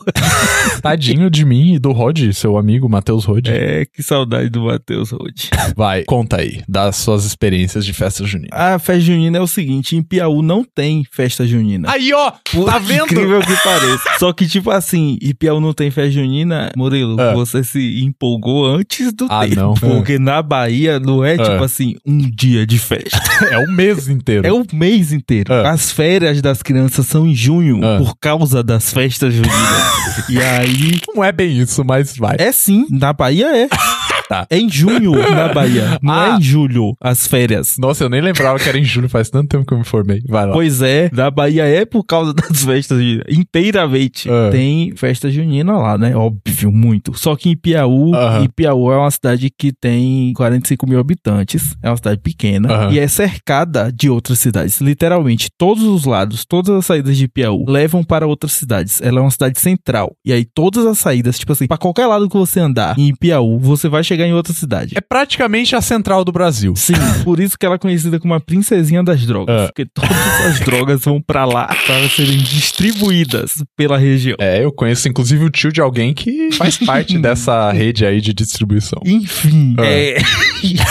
Tadinho de mim e do Rod, seu amigo Matheus Rod.
É, que saudade do Matheus Rude.
Vai, conta aí das suas experiências de festa junina.
A festa junina é o seguinte, em Piauí não tem festa junina.
Aí, ó,
Por
tá vendo?
Incrível que pareça. Só que, tipo assim, e Piauí não tem festa junina, Murilo,
Ah.
você se empolgou antes do
Ah,
tempo.
não.
Porque na Bahia não é,
Ah.
tipo assim, um dia de festa.
É o mês inteiro.
É o mês inteiro.
Ah.
As férias das crianças são em junho,
Ah.
por causa das festas
[LAUGHS]
juninas. e aí.
Não é bem isso, mas vai.
É sim, na Bahia é.
[LAUGHS] Tá.
É em junho na Bahia. Não
Ah.
é em julho as férias.
Nossa, eu nem lembrava que era em julho, faz tanto tempo que eu me formei. Vai lá.
Pois é, da Bahia é por causa [LAUGHS] das festas juninas. Inteiramente.
É.
Tem festa junina lá, né? Óbvio, muito. Só que em Piauí,
Aham.
e Piauí é uma cidade que tem 45 mil habitantes. É uma cidade pequena.
Aham.
E é cercada de outras cidades. Literalmente, todos os lados, todas as saídas de Piauí levam para outras cidades. Ela é uma cidade central. E aí, todas as saídas, tipo assim, pra qualquer lado que você andar em Piauí, você vai chegar em outra cidade.
É praticamente a central do Brasil.
Sim, por isso que ela é conhecida como a princesinha das drogas.
Ah.
Porque todas as drogas vão pra lá para serem distribuídas pela região.
É, eu conheço inclusive o tio de alguém que faz
[LAUGHS]
parte dessa rede aí de distribuição.
Enfim,
Ah.
é... [LAUGHS]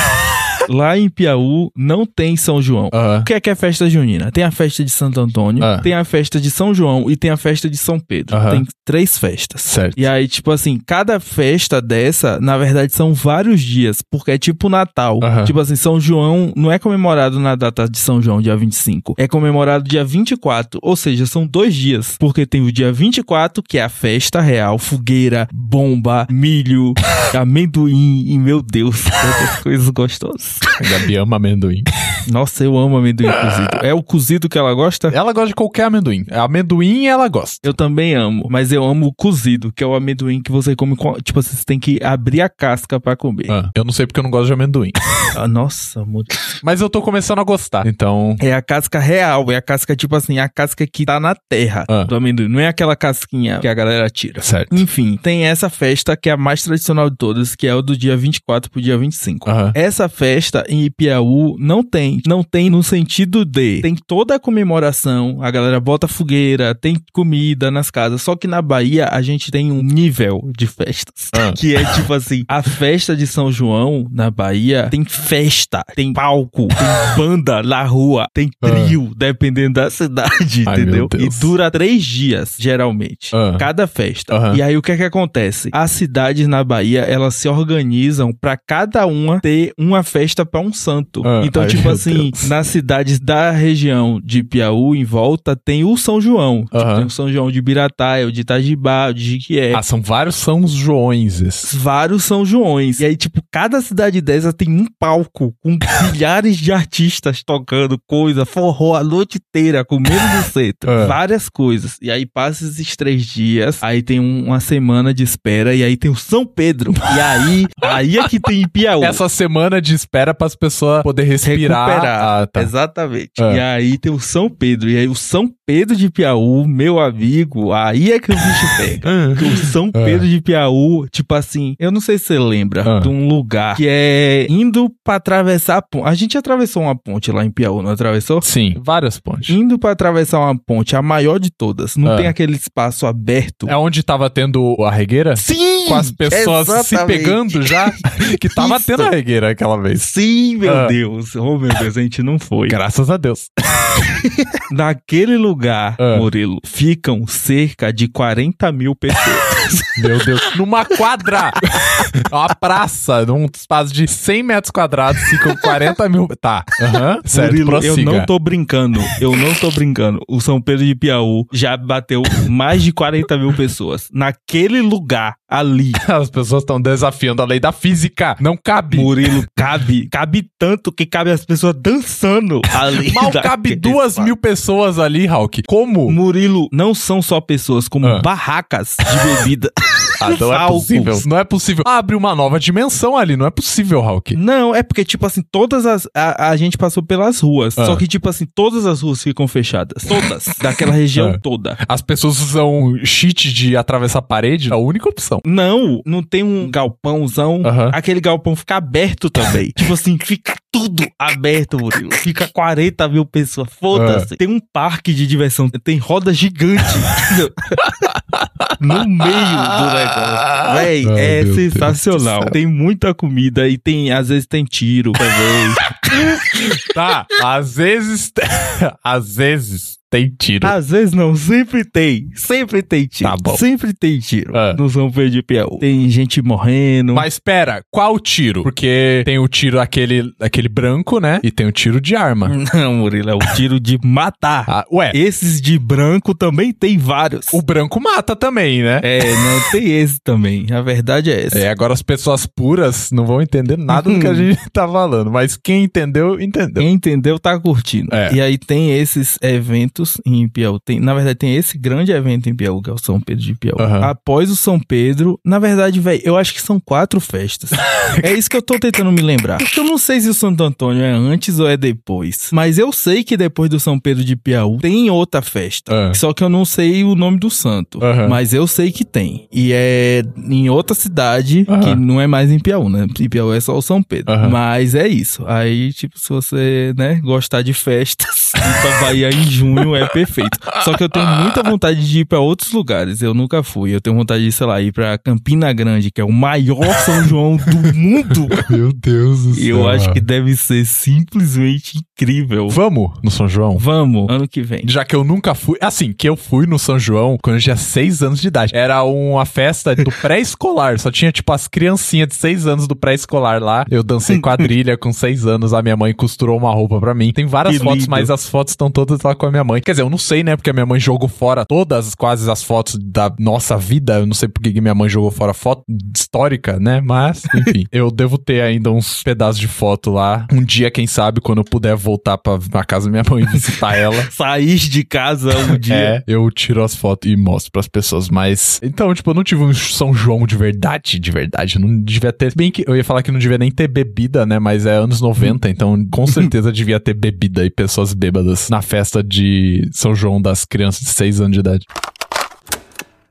lá em Piauí não tem São João.
Aham.
O que é que é festa junina? Tem a festa de Santo Antônio,
Ah.
tem a festa de São João e tem a festa de São Pedro.
Aham.
Tem três festas.
Certo.
E aí, tipo assim, cada festa dessa, na verdade, são vários dias, porque é tipo Natal.
Aham.
Tipo assim, São João não é comemorado na data de São João, dia 25. É comemorado dia 24. Ou seja, são dois dias. Porque tem o dia 24, que é a festa real, fogueira, bomba, milho, amendoim. E meu Deus, quantas coisas gostosas.
A Gabi ama amendoim.
Nossa, eu amo amendoim cozido. É o cozido que ela gosta?
Ela gosta de qualquer amendoim. Amendoim ela gosta.
Eu também amo, mas eu amo o cozido, que é o amendoim que você come com. Tipo, você tem que abrir a casca pra comer.
Ah, eu não sei porque eu não gosto de amendoim.
Ah, nossa, muito.
Mas eu tô começando a gostar. Então.
É a casca real, é a casca, tipo assim, a casca que tá na terra
Ah.
do amendoim. Não é aquela casquinha que a galera tira.
é Certo.
Enfim, tem essa festa que é a mais tradicional de todas, que é o do dia 24 pro dia 25.
Aham.
Essa festa em Ipiaú não tem. Não tem no sentido de. Tem toda a comemoração, a galera bota fogueira, tem comida nas casas. Só que na Bahia a gente tem um nível de festas.
Ah.
[LAUGHS] Que é tipo assim: a festa de São João na Bahia tem festa, tem palco,
[LAUGHS]
tem banda na rua, tem trio, dependendo da cidade,
Ah. Ai,
entendeu?
meu
E
Deus.
dura três dias, geralmente.
Ah.
Cada festa.
Aham.
E aí o que é que acontece? As cidades na Bahia, elas se organizam pra cada uma ter uma festa pra um santo.
Ah,
então,
ai,
tipo
meu
assim,
Deus.
nas cidades da região de Piauí em volta tem o São João. Tipo,
Aham.
tem o São João de Birataia, o de Itajibá, o de Jiquié.
Ah, são vários São Joões esses.
Vários São Joões. E aí, tipo, cada cidade dessa tem um palco
[LAUGHS]
com milhares de artistas tocando coisa, forró a noite inteira, comendo
[LAUGHS]
buceta.
É.
Várias coisas. E aí passa esses três dias, aí tem um- uma semana de espera, e aí tem o São Pedro. E aí, aí é que tem em Piauí.
Essa semana de espera para as pessoas poderem respirar.
Recuperar.
Ah, tá.
Exatamente.
É.
E aí tem o São Pedro. E aí o São Pedro de Piauí, meu amigo, aí é que o bicho pega.
Ah.
Que o São
Ah.
Pedro de Piauí, tipo assim, eu não sei se você lembra
Ah.
de um lugar que é indo pra atravessar a ponte. A gente atravessou uma ponte lá em Piauí, não atravessou?
Sim, várias pontes.
Indo pra atravessar uma ponte, a maior de todas. Não
Ah.
tem aquele espaço aberto.
É onde tava tendo a regueira?
Sim!
Com as pessoas se
exatamente.
pegando
[LAUGHS]
já? Que tava
Isso.
tendo a regueira aquela vez.
Sim, meu
Ah.
Deus. Oh, meu Deus, a gente não foi.
Graças a Deus.
Naquele lugar,
Ah.
Murilo, ficam cerca de 40 mil pessoas.
Meu Deus. Numa quadra! É Uma praça, num espaço de 100 metros quadrados, ficam 40 mil. Tá. Aham. Certo,
Murilo, eu
prossiga.
não tô brincando. Eu não tô brincando. O São Pedro de Piauí já bateu mais de 40 mil pessoas. Naquele lugar, ali.
As pessoas estão desafiando a lei da física. Não cabe.
Murilo, cabe. Cabe tanto que cabe as pessoas dançando ali.
Mal
naquele
cabe duas
espaço.
mil pessoas ali, Hulk. Como?
Murilo, não são só pessoas, como
Ah.
barracas
[LAUGHS]
de bebida.
Ah, não é
Falcos.
possível. Não é possível. Abre uma nova dimensão ali. Não é possível, Hulk.
Não, é porque, tipo assim, todas as. A, a gente passou pelas ruas.
Ah.
Só que, tipo assim, todas as ruas ficam fechadas. Todas. daquela região
Ah.
toda.
As pessoas usam cheat de atravessar a parede. É a única opção.
Não, não tem um galpãozão.
Aham.
Aquele galpão fica aberto
[LAUGHS]
também. tipo assim, fica tudo aberto, Murilo. Fica 40 mil pessoas. Foda-se.
É.
Tem um parque de diversão. Tem roda gigante. entendeu? [LAUGHS] no meio do negócio. Véi,
Ai,
é
meu Deus
sensacional.
do céu.
Tem muita comida e tem, às vezes tem tiro também.
Tá, às vezes. [LAUGHS] às vezes tem [LAUGHS] tiro.
Às vezes não, sempre tem. Sempre tem tiro.
Tá bom.
Sempre tem tiro.
É.
No São Pedro de Piauí. Tem gente morrendo.
Mas pera, qual tiro? Porque tem o tiro aquele, aquele branco, né? E tem o tiro de arma.
Não, Murilo, é o tiro de
[LAUGHS]
matar.
Ah, ué,
Esses de branco também tem vários.
o branco mata também, né?
É, não tem esse também. A verdade é essa.
É, agora as pessoas puras não vão entender nada do que a gente tá falando, mas quem entendeu, entendeu.
Quem entendeu tá curtindo.
É.
E aí tem esses eventos em Piauí. Tem, na verdade, tem esse grande evento em Piauí, que é o São Pedro de Piauí.
Aham.
Após o São Pedro, na verdade, velho, eu acho que são quatro
[LAUGHS]
festas. é isso que eu tô tentando me lembrar. Porque eu não sei se o Santo Antônio é antes ou é depois. Mas eu sei que depois do São Pedro de Piauí tem outra festa.
Ah.
Só que eu não sei o nome do santo.
Aham.
Mas eu sei que tem. E é em outra cidade,
Aham.
que não é mais em Piauí, né? Em Piauí é só o São Pedro.
Aham.
Mas é isso. Aí, tipo, se você, né, gostar de festas, [LAUGHS] ir pra Bahia em junho é perfeito. Só que eu tenho muita vontade de ir pra outros lugares. Eu nunca fui. Eu tenho vontade de, sei lá, ir pra Campina Grande, que é o maior [LAUGHS] São João do mundo.
Meu Deus do
E eu acho que deve ser simplesmente incrível.
Vamos no São João?
Vamos, ano que vem.
Já que eu nunca fui. Assim, que eu fui no São João quando eu tinha 6 anos de idade. Era uma
[LAUGHS]
festa do pré-escolar. Só tinha, tipo, as criancinhas de 6 anos do pré-escolar lá. Eu dancei quadrilha com 6 anos. A minha mãe costurou uma roupa pra mim. Tem várias
Que
fotos,
lindo.
mas as fotos estão todas lá com a minha mãe. Quer dizer, eu não sei, né? Porque a minha mãe jogou fora todas, quase as fotos da nossa vida. Eu não sei porque que minha mãe jogou fora foto histórica, né?
[LAUGHS]
Mas, enfim. eu devo ter ainda uns pedaços de foto lá. Um dia, quem sabe, quando eu puder voltar pra, pra casa da minha mãe e visitar ela.
Sair de casa um dia.
É, eu tiro as fotos e mostro pras pessoas, mas. Então, tipo, eu não tive um São João de verdade, de verdade. Eu não devia ter. Bem que eu ia falar que não devia nem ter bebida, né? Mas é anos 90, então com certeza [LAUGHS] devia ter bebida e pessoas bêbadas na festa de São João das crianças de 6 anos de idade.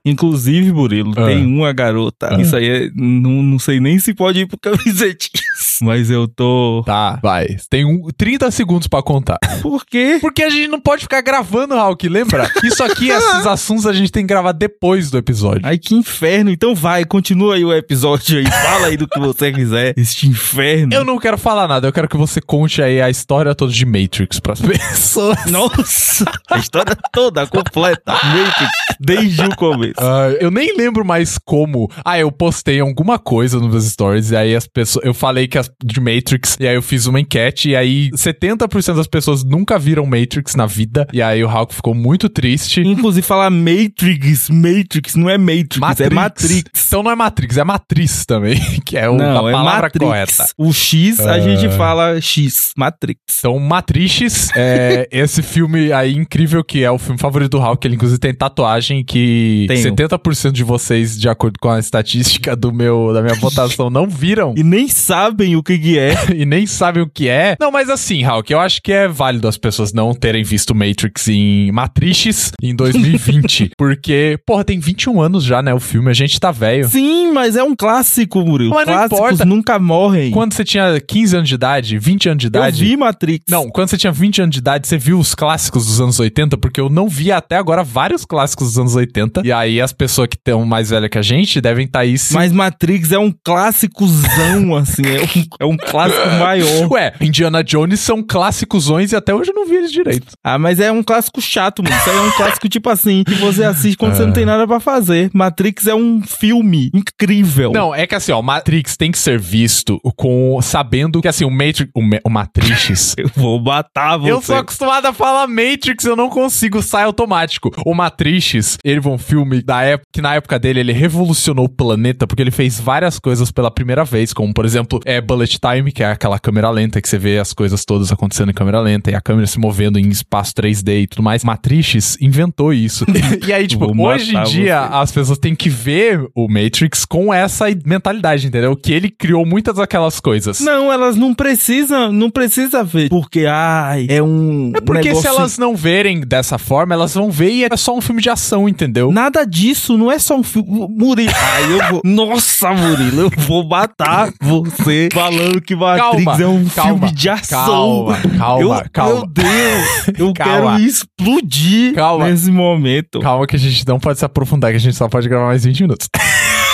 Inclusive, Burilo,
Ah.
tem uma garota.
Ah.
Isso aí é. Não, não sei nem se pode ir pro camisetinhas. [LAUGHS] Mas eu tô.
Tá, vai. Tem um, 30 segundos pra contar. [LAUGHS]
Por quê?
Porque a gente não pode ficar gravando, Hulk, lembra? Isso aqui, esses assuntos a gente tem que gravar depois do episódio.
Ai, que inferno. Então vai, continua aí o episódio aí. Fala aí do que você quiser. Este inferno.
Eu não quero falar nada, eu quero que você conte aí a história toda de Matrix pras [LAUGHS] pessoas.
Nossa! [LAUGHS] A história toda, completa. meio que Desde o começo.
Ah, eu nem lembro mais como. Ah, eu postei alguma coisa nos meus stories e aí as pessoas. Eu falei que as de Matrix e aí eu fiz uma enquete e aí 70% das pessoas nunca viram Matrix na vida e aí o Hulk ficou muito triste.
Inclusive, falar Matrix, Matrix, não é Matrix, é Matrix.
Então não é Matrix, é Matriz também, [LAUGHS] que é o,
Não,
a
é
palavra
Matrix.
correta.
O X, a
Ah.
gente fala X, Matrix.
Então,
[LAUGHS]
Matrix, é esse filme aí incrível que é o filme favorito do Hulk. Ele, inclusive, tem tatuagem que
Tenho.
70% de vocês, de acordo com a estatística do meu, da minha votação, não viram.
E nem sabem o que que é.
[LAUGHS] e nem sabem o que é. Não, mas assim, Hulk, eu acho que é válido as pessoas não terem visto Matrix em Matrix
[LAUGHS]
em 2020. porque, porra, tem 21 anos já, né? O filme, a gente tá velho.
Sim, mas é um clássico, Murilo.
Mas não
Clássicos
importa.
nunca morrem.
Quando você tinha 15 anos de idade, 20 anos de
eu
idade.
vi Matrix.
Não, quando você tinha 20 anos de idade, você viu os clássicos dos anos 80, porque eu não via até agora vários clássicos dos anos 80. E aí as pessoas que estão mais velhas que a gente devem estar aí tá se
Mas Matrix é um clássicozão, [LAUGHS] assim. É É um clássico maior.
[LAUGHS] Ué, Indiana Jones são clássicosões e até hoje eu não vi eles direito.
Ah, mas é um clássico chato, mano. Isso aí é um clássico tipo assim, que você assiste quando você não tem
Ah.
nada pra fazer. Matrix é um filme incrível.
Não, é que assim, ó, Matrix tem que ser visto com sabendo que assim, o Matrix, o, Ma- o Matrix.
Eu vou matar você.
Eu sou acostumado a falar Matrix, eu não consigo, sai automático. O Matrix, ele foi um filme da época que na época dele ele revolucionou o planeta porque ele fez várias coisas pela primeira vez, como por exemplo, é Bullet Time, que é aquela câmera lenta que você vê as coisas todas acontecendo em câmera lenta e a câmera se movendo em espaço 3D e tudo mais. Matrix inventou isso. [LAUGHS] e aí, tipo,
Vou
hoje em
matar
dia
você.
as pessoas têm que ver o Matrix com essa mentalidade, entendeu? Que ele criou muitas daquelas coisas.
Não, elas não precisam, não precisa ver. Porque, ai, é um.
É porque se
negócio-
elas não verem dessa forma, elas vão ver e é só um filme de ação, entendeu?
Nada disso, não é só um filme. [LAUGHS] Murilo. Ai, eu vou. Nossa, Murilo, eu vou matar você falando que Matrix é um filme de ação.
Calma, calma,
Eu-
calma.
Meu Deus, eu
Calma.
quero explodir
Calma.
nesse momento.
Calma que a gente não pode se aprofundar, que a gente só pode gravar mais 20 minutos. [LAUGHS]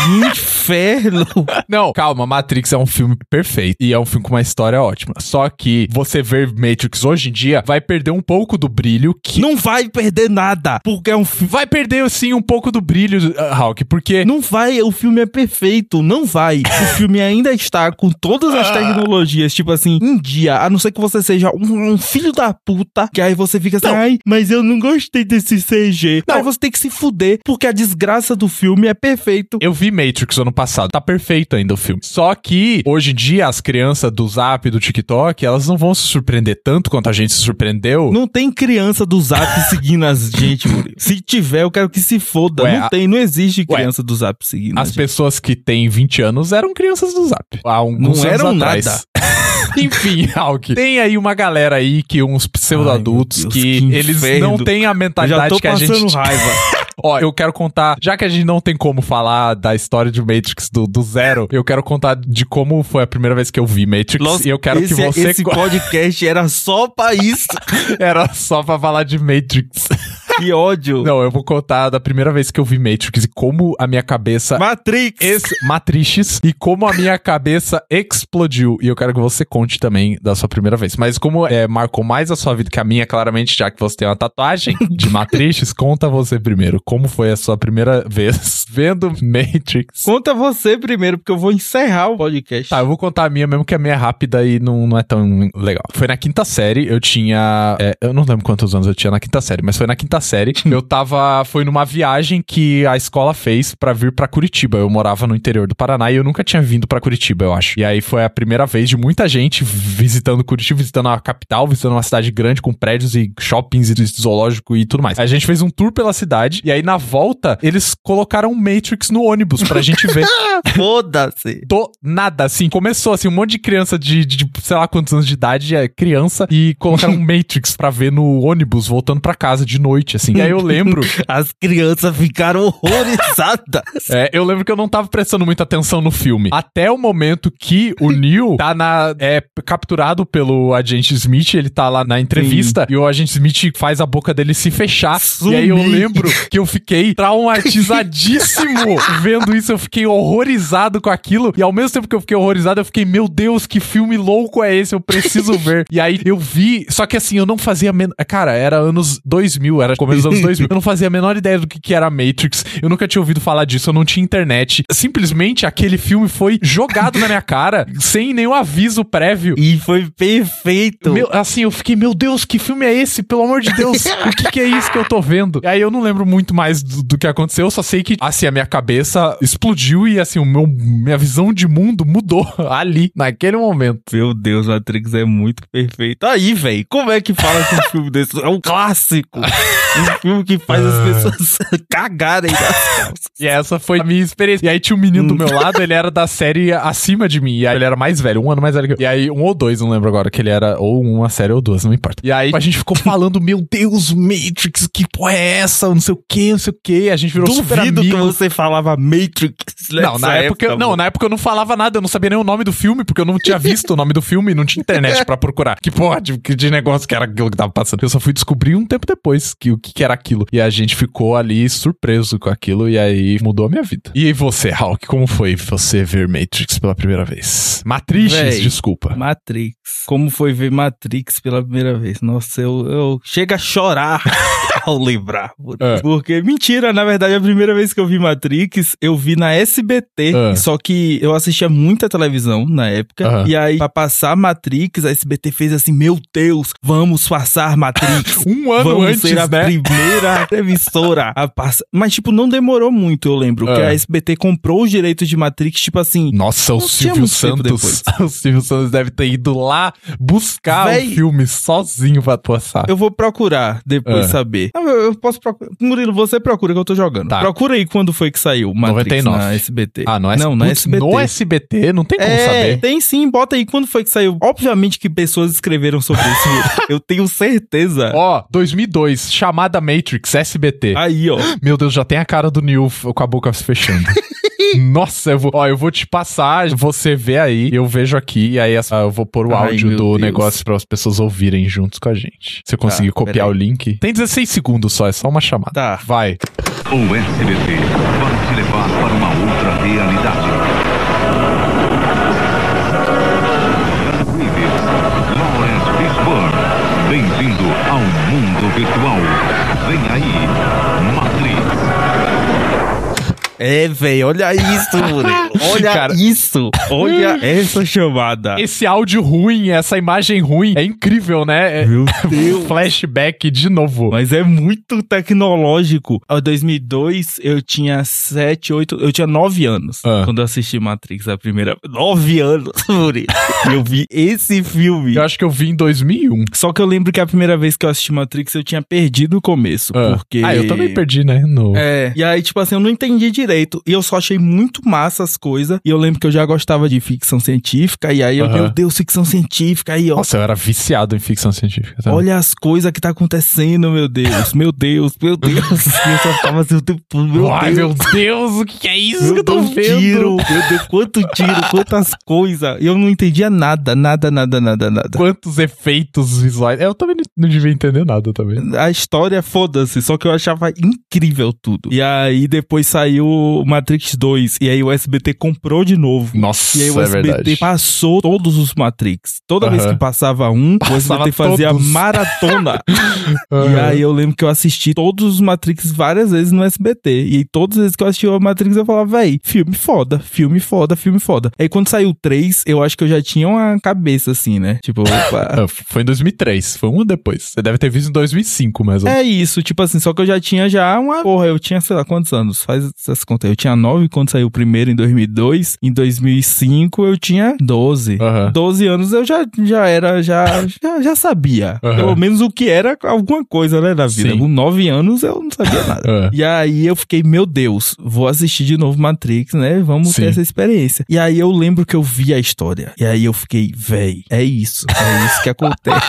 [LAUGHS] Inferno.
Não, calma, Matrix é um filme perfeito e é um filme com uma história ótima. Só que você ver Matrix hoje em dia vai perder um pouco do brilho que
Não vai perder nada, porque é um filme.
vai perder sim um pouco do brilho, ah, Hulk,
[LAUGHS]
porque
Não vai, o filme é perfeito, não vai. O filme ainda está com todas
Ah.
as tecnologias, tipo assim, em dia, a não ser que você seja um, um filho da puta, que aí você fica assim,
Não.
ai, mas eu não gostei desse CG.
Não.
Aí você tem que se fuder, porque a desgraça do filme é perfeito.
Eu vi Matrix ano passado, tá perfeito ainda o filme. Só que, hoje em dia, as crianças do Zap, do TikTok, elas não vão se surpreender tanto quanto a gente se surpreendeu.
Não tem criança do Zap
[LAUGHS]
seguindo as gente, Murilo. Se tiver, eu quero que se foda.
Ué,
não
a-
tem, não existe
Ué,
criança do Zap seguindo a
As
gente.
pessoas que têm 20 anos eram crianças do Zap. Há um,
Não eram
atrás.
nada.
[LAUGHS] Enfim, Alck. Tem aí uma galera aí que uns pseudo-adultos
Ai, meu Deus,
que,
que
eles
inferno.
não têm a
Eu já
mentalidade
tô
que a
passando
gente
raiva.
Ó, eu quero contar, já que a gente não tem como falar da história de Matrix do, do zero, eu quero contar de como foi a primeira vez que eu vi Matrix
Nossa,
e eu quero
esse, é
que você
Esse podcast era só pra
[LAUGHS]
isso.
Era só pra falar de Matrix.
Que ódio.
Não, eu vou contar da primeira vez que eu vi Matrix e como a minha cabeça.
Matrix.
Ex Matrix e como a minha cabeça explodiu. E eu quero que você conte também da sua primeira vez. Mas como é, marcou mais a sua vida que a minha, claramente, já que você tem uma tatuagem de Matrix, conta você primeiro. Como foi a sua primeira vez [LAUGHS] vendo Matrix?
Conta você primeiro, porque eu vou encerrar o podcast.
Tá, eu vou contar a minha mesmo, que a minha é rápida e não, não é tão legal. Foi na quinta série, eu tinha. é, eu não lembro quantos anos eu tinha na quinta série, mas foi na quinta série. eu tava. Foi numa viagem que a escola fez pra vir pra Curitiba. Eu morava no interior do Paraná e eu nunca tinha vindo pra Curitiba, eu acho. E aí foi a primeira vez de muita gente visitando Curitiba, visitando a capital, visitando uma cidade grande com prédios e shoppings e zoológico e tudo mais. A gente fez um tour pela cidade e aí na volta eles colocaram um Matrix no ônibus pra gente ver
Foda-se.
do nada, assim, começou assim, um monte de criança de, de, de, sei lá quantos anos de idade, é criança, e colocaram um Matrix pra ver no ônibus, voltando pra casa de noite, assim. E aí eu lembro,
As crianças ficaram [LAUGHS] horrorizadas.
é, eu lembro que eu não tava prestando muita atenção no filme. Até o momento que o Neil tá na, é, capturado pelo agente Smith, ele tá lá na entrevista, e o agente Smith faz a boca dele se fechar. E aí eu
Sumir.
lembro que eu fiquei traumatizadíssimo vendo isso, eu fiquei horrorizado com aquilo. E ao mesmo tempo que eu fiquei horrorizado, eu fiquei, meu Deus, que filme louco é esse? Eu preciso ver. E aí eu vi, só que assim, eu não fazia a men... Cara, era anos 2000, era começo dos anos 2000. Eu não fazia a menor ideia do que, que era Matrix. Eu nunca tinha ouvido falar disso, eu não tinha internet. Simplesmente aquele filme foi jogado na minha cara [LAUGHS] sem nenhum aviso prévio.
E foi perfeito.
Meu, assim, eu fiquei, meu Deus, que filme é esse? Pelo amor de
[LAUGHS]
Deus, o que, que é isso que eu tô vendo? E aí eu não lembro muito mais do, do que aconteceu, eu só sei que, assim, a minha cabeça explodiu e, assim, o meu, minha visão de mundo mudou [LAUGHS] ali, naquele momento.
Meu Deus, Matrix é muito perfeito. Aí, velho, como é que fala
[LAUGHS]
que um filme desse é um clássico? Um filme que faz
Ah.
as pessoas [LAUGHS] cagarem das calças.
E essa foi a minha experiência. E aí tinha um menino
Hum.
do meu lado, ele era da série acima de mim. E aí ele era mais velho, um ano mais velho que eu. E aí, um ou dois, não lembro agora, que ele era ou uma série ou duas, não importa. E aí a gente ficou falando, meu Deus, Matrix, que porra é essa? Não sei o que, não sei o que. A gente virou super
Duvido que
amigo.
você falava Matrix. né,
Não, na época, eu- não, na época eu não falava nada, eu não sabia nem o nome do filme, porque eu não tinha visto o nome do filme e
[LAUGHS]
não tinha internet pra procurar. Que porra de, que de negócio que era aquilo que tava passando. Eu só fui descobrir um tempo depois que, o- que, que era aquilo. E a gente ficou ali surpreso com aquilo e aí mudou a minha vida. E você, Hulk, como foi você ver Matrix pela primeira vez? Matrix,
Véi.
desculpa.
Matrix. Como foi ver Matrix pela primeira vez? Nossa, eu, eu chego a chorar [LAUGHS] ao lembrar.
É.
Porque, mentira, na verdade, a primeira vez que eu vi Matrix, eu vi na SBT.
É.
Só que eu assistia muita televisão na época.
Aham.
E aí, pra passar Matrix, a SBT fez assim: Meu Deus, vamos passar Matrix.
Um [LAUGHS] ano
Vamos
antes,
ser a
né?
primeira emissora a passar. Mas, tipo, não demorou muito, eu lembro.
É.
Que a SBT comprou os direitos de Matrix, tipo assim,
Nossa, o
Não tinha
Silvio
muito tempo
Santos. [LAUGHS] O Silvio Santos deve ter ido lá buscar
Véi.
o filme sozinho pra passar.
Eu vou procurar depois
Ah.
saber. Não, eu, eu posso procurar. Murilo, você procura que eu tô jogando.
Tá.
Procura aí quando foi que saiu. Matrix
99.
na SBT.
Ah, não é
Não, na
putz,
SBT.
No SBT não tem como
é,
saber.
tem sim, bota aí quando foi que saiu. Obviamente que pessoas escreveram sobre isso. [LAUGHS] Murilo. eu tenho certeza.
Ó, 2002, chamada Matrix, SBT.
Aí, ó.
Meu Deus, já tem a cara do Neil f- com a boca
[LAUGHS]
se fechando. Nossa, eu vou, ó, eu vou te passar, você vê aí, eu vejo aqui, e aí essa- eu vou pôr o
Ai,
áudio
meu
do
Deus. Tá,
negócio para as pessoas ouvirem juntos com a gente. Se eu conseguir copiar
peraí.
o link. Tem 16 segundos só, é só uma chamada.
Tá.
Vai.
O SBT vai te levar para uma outra realidade. Keanu Reeves, Lawrence Fishburne. Bem-vindo ao mundo virtual. Vem aí, Matrix.
É, velho, olha isso, Murilo. Olha
Cara.
isso. Olha essa chamada.
Esse áudio ruim, essa imagem ruim, é incrível, né? É-
Meu Deus.
[LAUGHS] Flashback de novo.
Mas é muito tecnológico. Em 2002, eu tinha 7, 8, eu tinha 9 anos
Ah.
quando eu assisti Matrix a primeira. 9 anos, [LAUGHS] Yuri. eu vi esse filme.
Eu acho que eu vi em 2001.
Só que eu lembro que a primeira vez que eu assisti Matrix, eu tinha perdido o começo,
Ah.
porque
Ah, eu também perdi, né? No...
é. E aí, tipo assim, eu não entendi direito. E eu só achei muito massa as coisas. E eu lembro que eu já gostava de ficção científica. E aí eu,
Aham.
meu Deus, ficção científica. Aí, ó,
Nossa, eu era viciado em ficção científica. também.
Olha as coisas que tá acontecendo, meu Deus, meu Deus, meu Deus. E [LAUGHS] eu só ficava assim, o tempo todo, meu
Ai,
Deus.
meu Deus, o que é isso que
Eu
eu tô
dou um
vendo?
tiro, meu Deus, quanto tiro, quantas coisas. E eu não entendia nada, nada, nada, nada, nada.
Quantos efeitos visuais. Eu também não- não devia entender nada também.
A história, foda-se, só que eu achava incrível tudo. E aí depois saiu o Matrix 2, e aí o SBT comprou de novo.
Nossa,
E aí o SBT passou todos os Matrix. Toda vez
Aham.
que passava um,
Passava
o SBT fazia
todos.
maratona. E
Ah,
aí eu lembro que eu assisti todos os Matrix várias vezes no SBT. E aí todas as vezes que eu assisti o Matrix, eu falava, véi, filme foda, filme foda, filme foda. Aí quando saiu o 3, eu acho que eu já tinha uma cabeça assim, né?
[LAUGHS]
Tipo, opa.
ah, Foi em 2003, foi um ano depois. Você deve ter visto em 2005, mais ou menos.
É isso, tipo assim, só que eu já tinha já uma. Porra, eu tinha, sei lá, quantos anos? Faz essas contas aí. Eu tinha 9 quando saiu o primeiro em 2002. Em 2005 eu tinha 12.
Aham.
12 anos eu já, já era, já, já, já sabia.
Aham.
Pelo menos o que era alguma coisa, né, na vida.
Sim.
Com 9 anos eu não sabia nada.
Ah.
E aí eu fiquei, meu Deus, vou assistir de novo Matrix, né? Vamos
Sim.
ter essa experiência. E aí eu lembro que eu vi a história. E aí eu fiquei, véi, é isso. É isso que
[LAUGHS]
acontece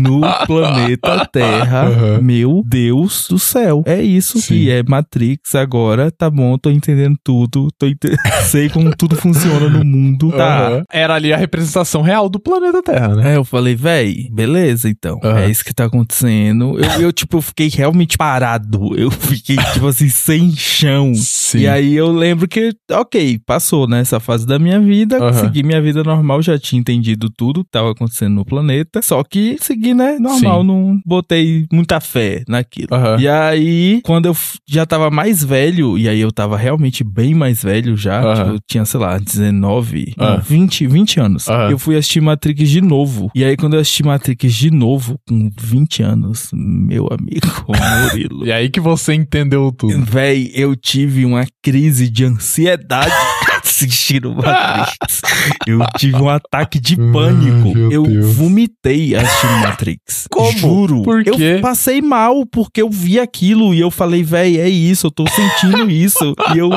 no planeta Terra.
Aham.
Meu Deus do céu. É isso
Sim.
que é Matrix agora. Tá bom, tô entendendo tudo. Tô ente- [LAUGHS] Sei como tudo funciona no mundo. Tá.
Aham. Era ali a representação real do planeta Terra, né?
Aí eu falei, véi, beleza então.
Aham.
É isso que tá acontecendo. Eu, eu, tipo, fiquei realmente parado. Eu fiquei, tipo assim, sem chão.
Sim.
E aí eu lembro que, ok, passou, né? Essa fase da minha vida,
Aham.
segui minha vida normal, já tinha entendido tudo que tava acontecendo no planeta. Só que segui, né? Normal,
Sim.
não botei muita fé naquilo.
Aham.
E aí, quando eu f- já tava mais velho, e aí eu tava realmente bem mais velho já,
Aham.
tipo, eu tinha, sei lá, 19, não,
Aham.
20, 20 anos,
Aham.
eu fui assistir Matrix de novo. E aí, quando eu assisti Matrix de novo, com 20 anos, meu amigo [LAUGHS] Murilo.
E aí que você entendeu tudo.
Véi, eu tive uma crise de
[LAUGHS]
ansiedade assistindo Matrix. [LAUGHS] Eu tive um ataque de
Ai,
pânico.
meu
eu
Deus.
vomitei assistindo Matrix.
[LAUGHS] Como?
Juro.
Por quê?
Eu passei mal porque eu vi aquilo e eu falei, véi, é isso, eu tô sentindo isso. E eu.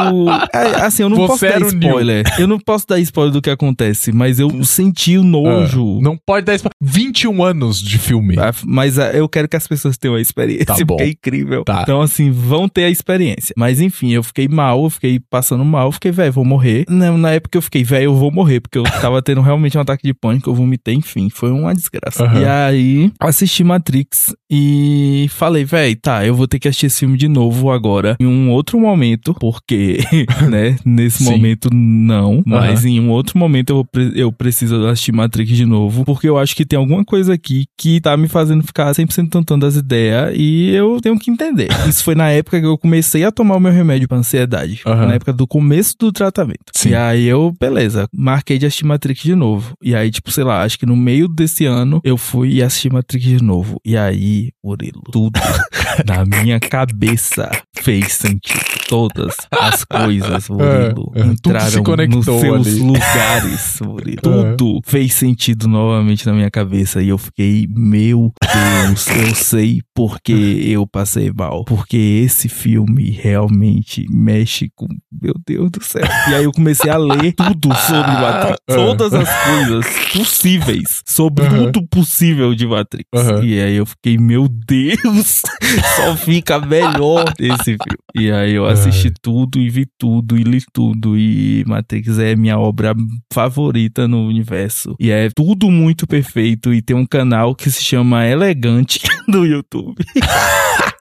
é, assim, eu não
Você
posso
era
dar
o Hum. Neo.
spoiler. Eu não posso dar spoiler do que acontece, mas eu senti o nojo.
Não pode dar. spo- 21 anos de filme.
Ah, Mas ah, eu quero que as pessoas tenham a experiência,
Tá
[LAUGHS]
bom.
porque é incrível.
Tá.
Então, assim, vão ter a experiência. Mas, enfim, eu fiquei mal, eu fiquei passando mal, eu fiquei, velho, vou morrer, morrer. Na, na época eu fiquei, velho, eu vou morrer, porque eu tava [LAUGHS] tendo realmente um ataque de pânico, eu vomitei, enfim, foi uma desgraça.
Aham.
E aí, assisti Matrix e falei, velho, tá, eu vou ter que assistir esse filme de novo agora, em um outro momento, porque, [LAUGHS] né, nesse
Sim.
momento não, mas em um outro momento eu, vou pre- eu preciso assistir Matrix de novo, porque eu acho que tem alguma coisa aqui que tá me fazendo ficar 100% tantando as ideias e eu tenho que
[LAUGHS]
entender. Isso foi na época que eu comecei a tomar o meu remédio pra ansiedade,
Aham.
na época do começo do tratamento.
Sim.
E aí eu, beleza, marquei de assistir Matrix de novo. E aí, tipo, sei lá, acho que no meio desse ano eu fui e assisti Matrix de novo. E aí, Murilo, tudo na minha cabeça fez sentido. Todas
[LAUGHS]
as coisas, Murilo,
É, é, tudo se
entraram nos
conectou
seus
ali.
lugares, Murilo.
É.
Tudo fez sentido novamente na minha cabeça. E eu fiquei, meu Deus, eu sei porque eu passei mal. Porque esse filme realmente mexe com. Meu Deus do céu. E aí eu comecei a
[LAUGHS]
ler tudo sobre Matrix.
É.
Todas as coisas possíveis. Sobre
Aham.
tudo possível de Matrix.
Aham.
E aí eu fiquei, meu Deus, [LAUGHS] só fica melhor esse filme. E aí eu assisti tudo e vi tudo e li tudo. E Matrix é minha obra favorita no universo. E é tudo muito perfeito. E tem um canal que se chama Elegante [LAUGHS] no YouTube. [LAUGHS]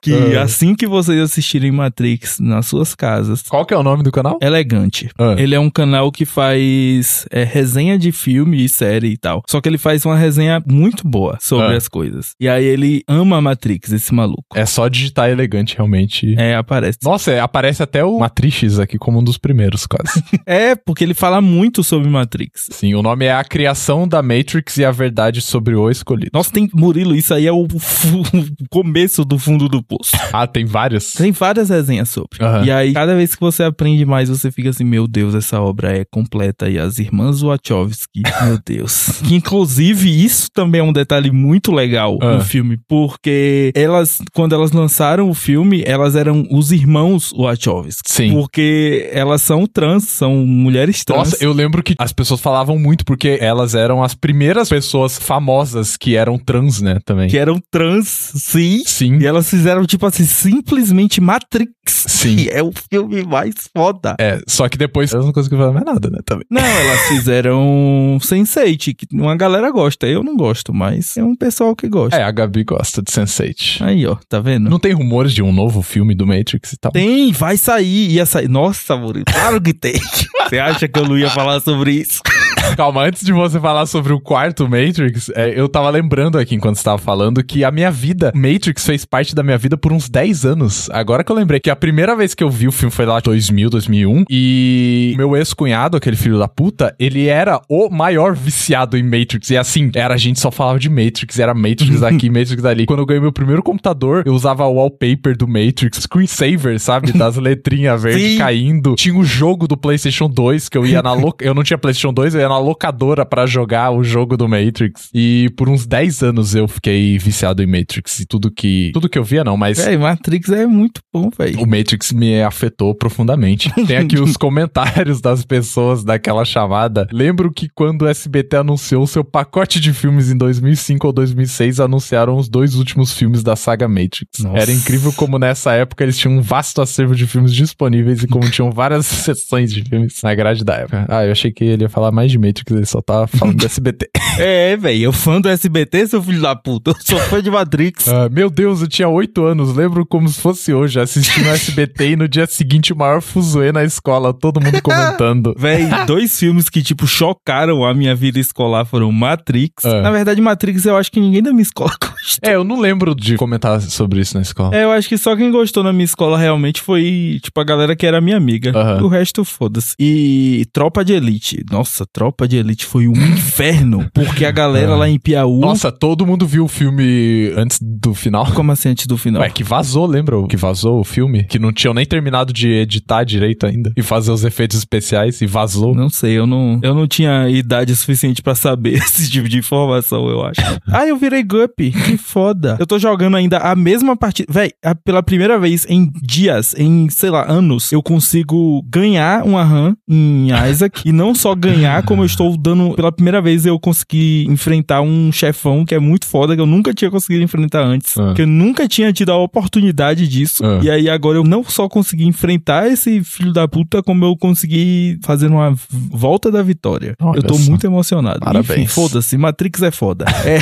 que
Ah.
assim que vocês assistirem Matrix nas suas casas,
Qual que é o nome do canal?
Elegante.
Ah.
Ele é um canal que faz é, resenha de filme e série e tal. Só que ele faz uma resenha muito boa sobre
Ah.
as coisas. E aí ele ama a Matrix, esse maluco.
É só digitar elegante, realmente.
É, aparece.
Nossa, é, aparece até o Matrix aqui como um dos primeiros, [LAUGHS] quase.
É, porque ele fala muito sobre Matrix.
Sim, o nome é A Criação da Matrix e a Verdade sobre o Escolhido.
Nossa, tem. Murilo, isso aí é o fu- [LAUGHS] o começo do fundo do poço.
Ah, tem vários?
Tem várias resenhas sobre.
Aham.
E aí, cada vez que você aprende mais, você fica assim, meu Deus, essa obra é completa. E as irmãs
[LAUGHS]
Wachowski, meu Deus. Que, inclusive, isso também é um detalhe muito legal
Ah.
no filme, porque elas, quando elas lançaram o filme, elas eram os irmãos Wachowski.
Sim.
Porque elas são trans, são mulheres trans.
Nossa, eu lembro que as pessoas falavam muito porque elas eram as primeiras pessoas famosas que eram trans, né, também.
Que eram trans, sim.
Sim,
E elas fizeram, tipo assim, simplesmente Matrix.
Sim.
Que [LAUGHS] é o filme mais foda.
é. Só que depois elas não conseguiram falar mais nada, né, também.
Não, elas fizeram Sense8, que uma galera gosta. Eu não gosto, mas é um pessoal que gosta.
É, a Gabi gosta de Sense8.
Aí, ó, tá vendo?
É. Não tem rumores de um novo filme do Matrix e tal?
Tem, vai sair, ia sair. Nossa, Murilo, claro que tem. [LAUGHS] Você acha que eu não ia falar sobre isso?
[LAUGHS] Calma, antes de você falar sobre o quarto Matrix, é, eu tava lembrando aqui enquanto você tava falando que a minha vida, Matrix fez parte da minha vida por uns 10 anos. Agora que eu lembrei que a primeira vez que eu vi o filme foi lá em 2000, 2001, e meu ex-cunhado, aquele filho da puta, ele era o maior viciado em Matrix. E assim, era a gente só falava de Matrix, era Matrix aqui, Matrix ali. Quando eu ganhei meu primeiro computador, eu usava o wallpaper do Matrix, screensaver, sabe? Das letrinhas verdes
Sim.
caindo. Tinha o jogo do PlayStation 2 que eu ia na loca... eu não tinha PlayStation 2, eu ia na locadora pra jogar o jogo do Matrix. E por uns 10 anos eu fiquei viciado em Matrix e tudo que tudo que eu via não, mas
Véi, Matrix é muito bom, véi.
o Matrix me afetou profundamente. Tem aqui os comentários das pessoas daquela chamada. Lembro que quando o SBT anunciou seu pacote de filmes em 2005 ou 2006, anunciaram os dois últimos filmes da saga Matrix.
Nossa.
Era incrível como nessa época eles tinham um vasto acervo de filmes disponíveis e como tinham várias [LAUGHS] sessões de filmes na grade da época. Ah, eu achei que ele ia falar mais de Matrix, ele só tava falando do SBT.
É, véi, eu fã do SBT, seu filho da puta. Eu sou fã de Matrix.
Ah, meu Deus, eu tinha oito anos, lembro como se fosse
[LAUGHS]
hoje, assistindo o SBT e no dia seguinte o maior fuzuê na escola, todo
[LAUGHS]
mundo comentando.
Véi, dois filmes que, tipo, chocaram a minha vida escolar foram Matrix.
É.
Na verdade, Matrix eu acho que ninguém da minha escola [LAUGHS] gostou.
É, eu não lembro de comentar sobre isso na escola.
É, eu acho que só quem gostou na minha escola realmente foi, tipo, a galera que era minha amiga.
Aham.
O resto, foda-se. E Tropa de Elite. Nossa, Tropa de Elite foi um [LAUGHS] inferno. Porque a galera
É.
lá em Piauí.
Nossa, todo mundo viu o filme antes do final.
Como assim antes do final?
Ué, que vazou, lembra? o- Que vazou o filme? Que não tinham nem terminado de editar direito ainda e fazer os efeitos especiais e vazou.
Não sei, eu não, eu não tinha idade suficiente pra saber [LAUGHS] esse tipo de informação, eu acho. [LAUGHS] ah, eu virei Guppy, que foda. Eu tô jogando ainda a mesma partida. Véi, a- pela primeira vez em dias, em, sei lá, anos, eu consigo ganhar uma RAM em Isaac. e não só ganhar, como eu estou dando. Pela primeira vez eu consegui que enfrentar um chefão que é muito foda, que eu nunca tinha conseguido enfrentar antes.
Ah.
Que eu nunca tinha tido a oportunidade disso.
Ah.
E aí agora eu não só consegui enfrentar esse filho da puta, como eu consegui fazer uma volta da vitória.
Olha
eu tô
só.
muito emocionado.
Parabéns.
Enfim, foda-se. Matrix é
[LAUGHS]
foda. É.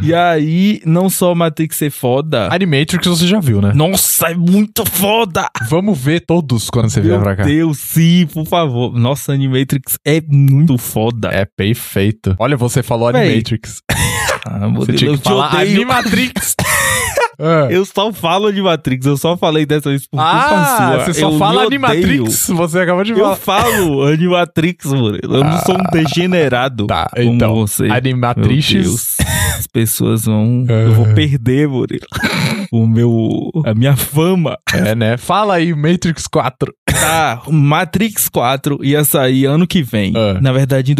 e aí, não só Matrix é foda.
Animatrix você já viu, né?
Nossa, é muito foda!
Vamos ver todos quando você vier
Meu
pra cá.
Deus, sim, por favor. Nossa, Animatrix é muito foda.
É perfeito. Olha, você falou
Véi,
Animatrix.
[LAUGHS] Ah, meu
Você
Deus,
tinha
eu
que
te
falar
odeio. [LAUGHS] É.
Animatrix. Ah.
Eu só falo Animatrix, eu só falei dessa vez por
Ah,
culpa sua.
você só
Eu
fala
me
Animatrix. Você acabou de
odeio. Eu
falar. [LAUGHS]
falo Animatrix, mano. Eu não sou um degenerado.
Ah, Tá,
como
então.
você. Meu
Animatrix.
Deus, as pessoas vão.
É.
Eu vou perder, Murilo. O meu. A minha fama.
É, né? Fala aí, Matrix 4.
Tá, Matrix 4 ia sair ano que vem.
Ah.
Na verdade, em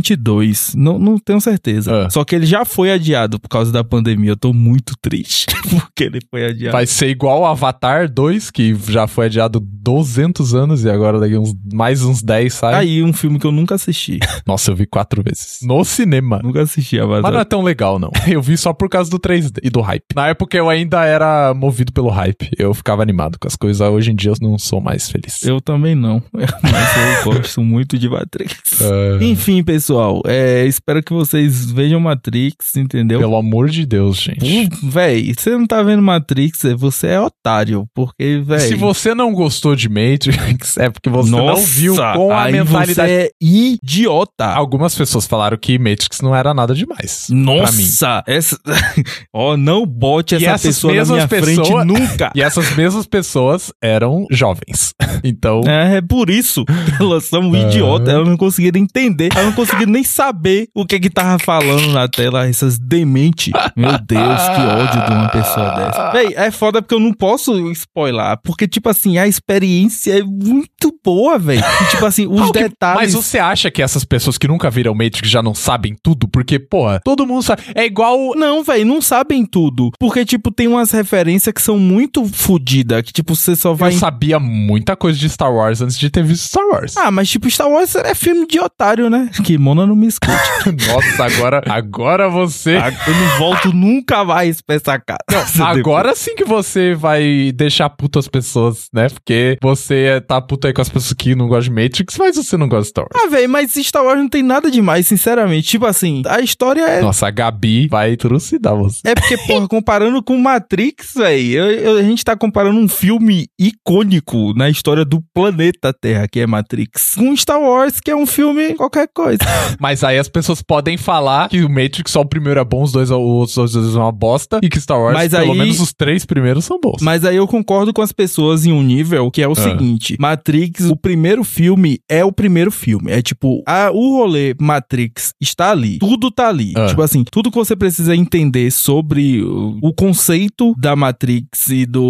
2022. Não, não tenho certeza.
Ah.
Só que ele já foi adiado por causa da pandemia. Eu tô muito triste [LAUGHS] porque ele foi adiado.
Vai ser igual o Avatar 2, que já foi adiado 200 anos e agora daqui uns, mais uns 10 sai.
Tá Aí um filme que eu nunca assisti.
Nossa, eu vi quatro vezes. No cinema.
nunca
[LAUGHS]
assisti
Mas não é
Avatar.
tão legal, não. [LAUGHS] Eu vi só por causa do 3D e do hype. Na época eu ainda era movido pelo hype. Eu ficava animado com as coisas. Hoje em dia eu não sou mais feliz.
Eu também não. [LAUGHS] Mas eu gosto muito de Matrix.
Ah,
Enfim, pessoal, é, espero que vocês vejam Matrix, entendeu?
Pelo amor de Deus, gente.
Pô, Véi, você não tá vendo Matrix, você é otário. Porque, véi.
Se você não gostou de Matrix, [LAUGHS] é porque você não
Nossa,
viu com a
aí
mentalidade.
Você é idiota.
Algumas pessoas falaram que Matrix não era nada demais. Pra mim.
Nossa, essa... [LAUGHS] ó, não bote
E
essa
essas
pessoa na
mesmas
minha
pessoas-
frente nunca.
[LAUGHS] E essas mesmas pessoas eram jovens. [LAUGHS] Então,
É, é por isso que elas são idiotas. Elas não conseguiram entender. Elas não conseguiram nem saber o que que tava falando na tela. Essas dementes. Meu Deus, que ódio de uma pessoa dessa. Véi, é foda porque eu não posso spoiler. Porque, tipo assim, a experiência é muito boa, véi. E, Tipo assim, os
Ah, o que- Mas
detalhes...
você acha que essas pessoas que nunca viram Matrix já não sabem tudo? Porque, porra, todo mundo sabe. É igual.
Não, velho, não sabem tudo. Porque, tipo, tem umas referências que são muito fodidas. Que, tipo, você só vai.
Eu sabia muita coisa de Star Wars antes de ter visto Star Wars.
Ah, mas, tipo, Star Wars é filme de otário, né? [LAUGHS] Que Mona não me escuta.
[LAUGHS] Nossa, agora. Agora você.
Eu não volto nunca mais pra essa casa. [LAUGHS]
Agora sim que você vai deixar puto as pessoas, né? Porque você tá puto aí com as pessoas que não gostam de Matrix, mas você não gosta de Star Wars.
Ah, velho, mas Star Wars não tem nada demais, sinceramente. Tipo assim, a história é.
Nossa, a Gabi vai trucidar você.
É porque, porra, comparando com Matrix, velho, a gente tá comparando um filme icônico na história do planeta Terra, que é Matrix, com Star Wars, que é um filme qualquer coisa.
Mas aí as pessoas podem falar que o Matrix só o primeiro é bom, os dois, os outros dois são uma bosta, e que Star Wars,
Mas
pelo
aí-
menos os três primeiros são bons.
Mas aí eu concordo com as pessoas em um nível
Ah.
que é o seguinte: Matrix, o primeiro filme é o primeiro filme. É tipo, a, o rolê Matrix está ali. Tudo tá ali.
Ah.
Tipo assim, tudo que você precisa entender sobre o, o conceito da Matrix e do.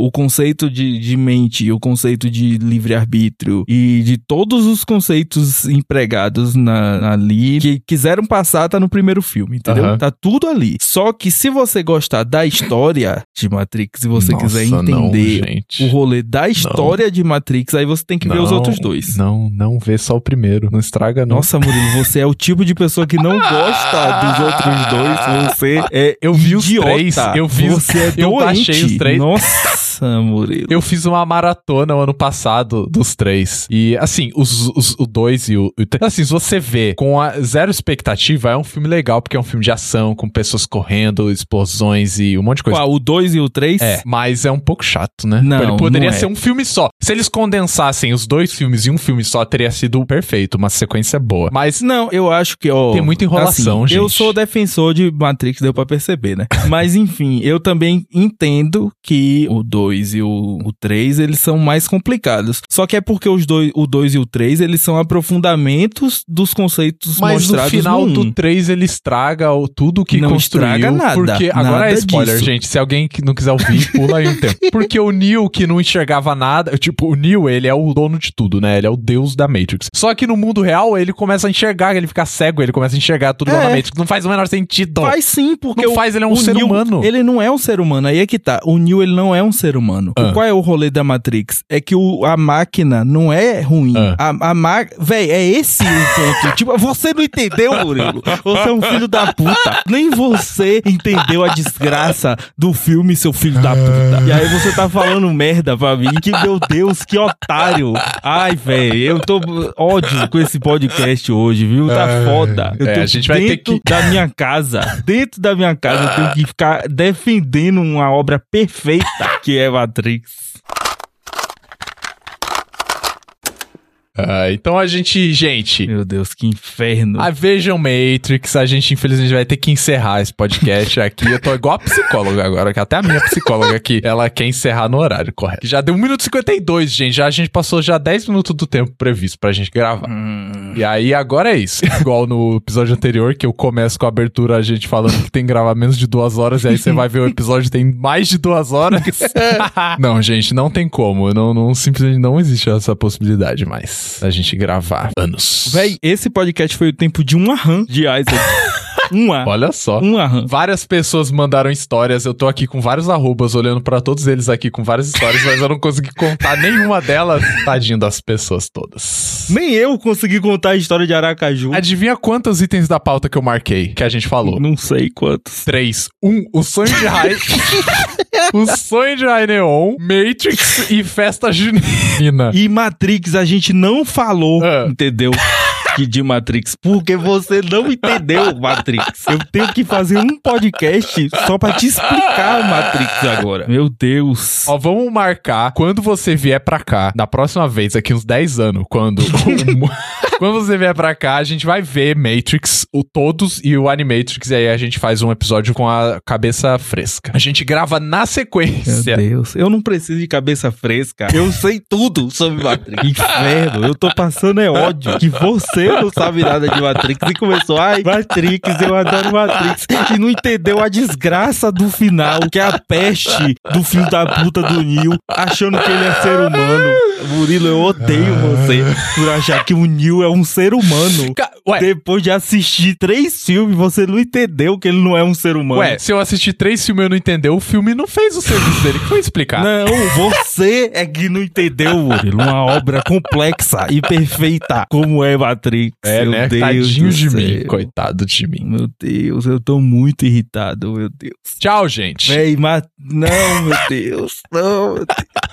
o conceito de, de mente, o conceito de livre-arbítrio e de todos os conceitos empregados na, ali que quiseram passar, tá no primeiro filme, entendeu?
Aham.
Tá tudo ali. Só que se você gostar da história de Matrix, se você
Nossa,
quiser
não,
entender
gente.
o rolê da história de Matrix, aí você tem que ver os
Não,
outros dois.
Não, não vê só o primeiro. Não estraga, não.
Nossa, Murilo, você é o tipo de pessoa que não gosta dos outros dois. Você é
Eu vi os
idiota.
três, eu vi os-
Você é
[LAUGHS] eu
doente.
baixei os três.
Nossa, Murilo.
Eu fiz uma maratona o ano passado dos três. E, assim, os, os- o dois e o, e o três. Assim, se você vê com a zero expectativa, é um filme legal, porque é um filme de ação, com pessoas correndo, explosões e um monte de coisa.
Qual, o 2 e o 3?
É, mas é um pouco chato, né?
Não,
Ele poderia
não é.
ser um filme só. Se eles condensassem os dois filmes em um filme só, teria sido perfeito, uma sequência boa. Mas
Não, eu acho que, ó. assim,
Tem muita enrolação,
Eu
gente.
sou defensor de Matrix, deu pra perceber, né? [LAUGHS] Mas enfim, eu também entendo que o 2 e o 3, eles são mais complicados. Só que é porque os dois, o 2 e o 3, eles são aprofundamentos dos conceitos
Mas no
mostrados
final
no
do
um.
3 ele estraga o, tudo que
Não
construiu.
estraga nada,
Porque agora
nada
é spoiler,
disso.
gente. Se alguém que não quiser ouvir, pula aí
[LAUGHS]
um tempo. Porque o Neo que não enxergava nada, tipo, o Neo, ele é o dono de tudo, né? Ele é o deus da Matrix. Só que no mundo real ele começa a enxergar, ele fica cego, ele começa a enxergar tudo lá
É.
na Matrix. Não faz o menor sentido.
Faz sim, porque
Não
o-
faz, ele é um
o
ser
Neo,
humano.
Ele não é um ser humano, aí é que tá. O Neo, ele não é um ser humano. O
Ah.
Qual é o rolê da Matrix? É que o- a máquina não é ruim.
Ah.
A, a ma... Véi, é esse o
[LAUGHS]
ponto. tipo, você não entendeu, Murilo. Você é um filho da puta. Nem você entendeu a desgraça do filme, seu filho
Ah.
da puta. E aí você tá falando merda pra mim. Que, meu Deus, que otário. Ai, véi, eu tô ódio com esse podcast hoje, viu? Tá
Ai.
foda. Eu
É,
tenho
a gente vai ter
dentro
que-
da minha casa, [LAUGHS] dentro da minha casa, eu tenho que ficar defendendo uma obra perfeita que é Matrix.
Ah, então a gente, gente,
Meu Deus, que inferno.
Ah, vejam Matrix, a gente infelizmente vai ter que encerrar esse podcast aqui. Eu tô igual a psicóloga agora, que até a minha psicóloga aqui, ela quer encerrar no horário correto. Já deu 1 minuto e 52, gente, já a gente passou já 10 minutos do tempo previsto pra gente gravar.
Hum.
E aí agora é isso. Igual no episódio anterior, que eu começo com a abertura a gente falando que tem que gravar menos de duas horas, e aí você vai ver o episódio tem mais de duas
[LAUGHS]
horas. não, gente, não tem como. Não, não, simplesmente não existe essa possibilidade mais. A gente gravar anos.
Véi, esse podcast foi o tempo de uma RAM de [LAUGHS] Isaac. uma.
Olha só.
Uma RAM.
Várias pessoas mandaram histórias, eu tô aqui com vários arrobas, olhando pra todos eles aqui com várias histórias, mas eu não consegui contar nenhuma delas. [LAUGHS] Tadinho das pessoas todas.
Nem eu consegui contar a história de Aracaju.
Adivinha quantos itens da pauta que eu marquei, que a gente falou?
Não sei quantos.
Três. Um, o sonho de Rai. o sonho de Rai Neon, Matrix e festa junina.
E Matrix a gente não falou,
Ah.
[LAUGHS] entendeu? Que de Matrix, porque você não entendeu Matrix. Eu tenho que fazer um podcast só pra te explicar Matrix agora. Meu Deus.
Ó, vamos marcar quando você vier pra cá, da próxima vez, aqui uns 10 anos, quando. [LAUGHS] quando você vier pra cá, a gente vai ver Matrix, o todos e o Animatrix, e aí a gente faz um episódio com a cabeça fresca. A gente grava na
Meu
sequência.
Deus, eu não preciso de cabeça fresca. é Eu sei tudo sobre Matrix. [LAUGHS] Inferno, eu tô passando é ódio. Que você não sabe nada de Matrix e começou, ai, Matrix, eu adoro Matrix. E não entendeu a desgraça do final, que é a peste do filho da puta do Neil, achando que ele é ser humano. Murilo, eu odeio você por achar que o Neil é um ser humano.
Ca- Ué,
Depois de assistir três filmes, você não entendeu que ele não é um ser humano.
ué, se eu assisti três filmes e eu não entender, o filme não fez o serviço dele. Que foi explicar?
Não, você é que não entendeu, Murilo. Uma obra complexa e perfeita como é Matrix.
É,
meu
né?
Deus
Tadinho
do
de mim.
céu.
Coitado de mim.
Meu Deus, eu tô muito irritado, meu Deus.
Tchau, gente.
Véi, ma... Não, meu Deus. Não, meu Deus.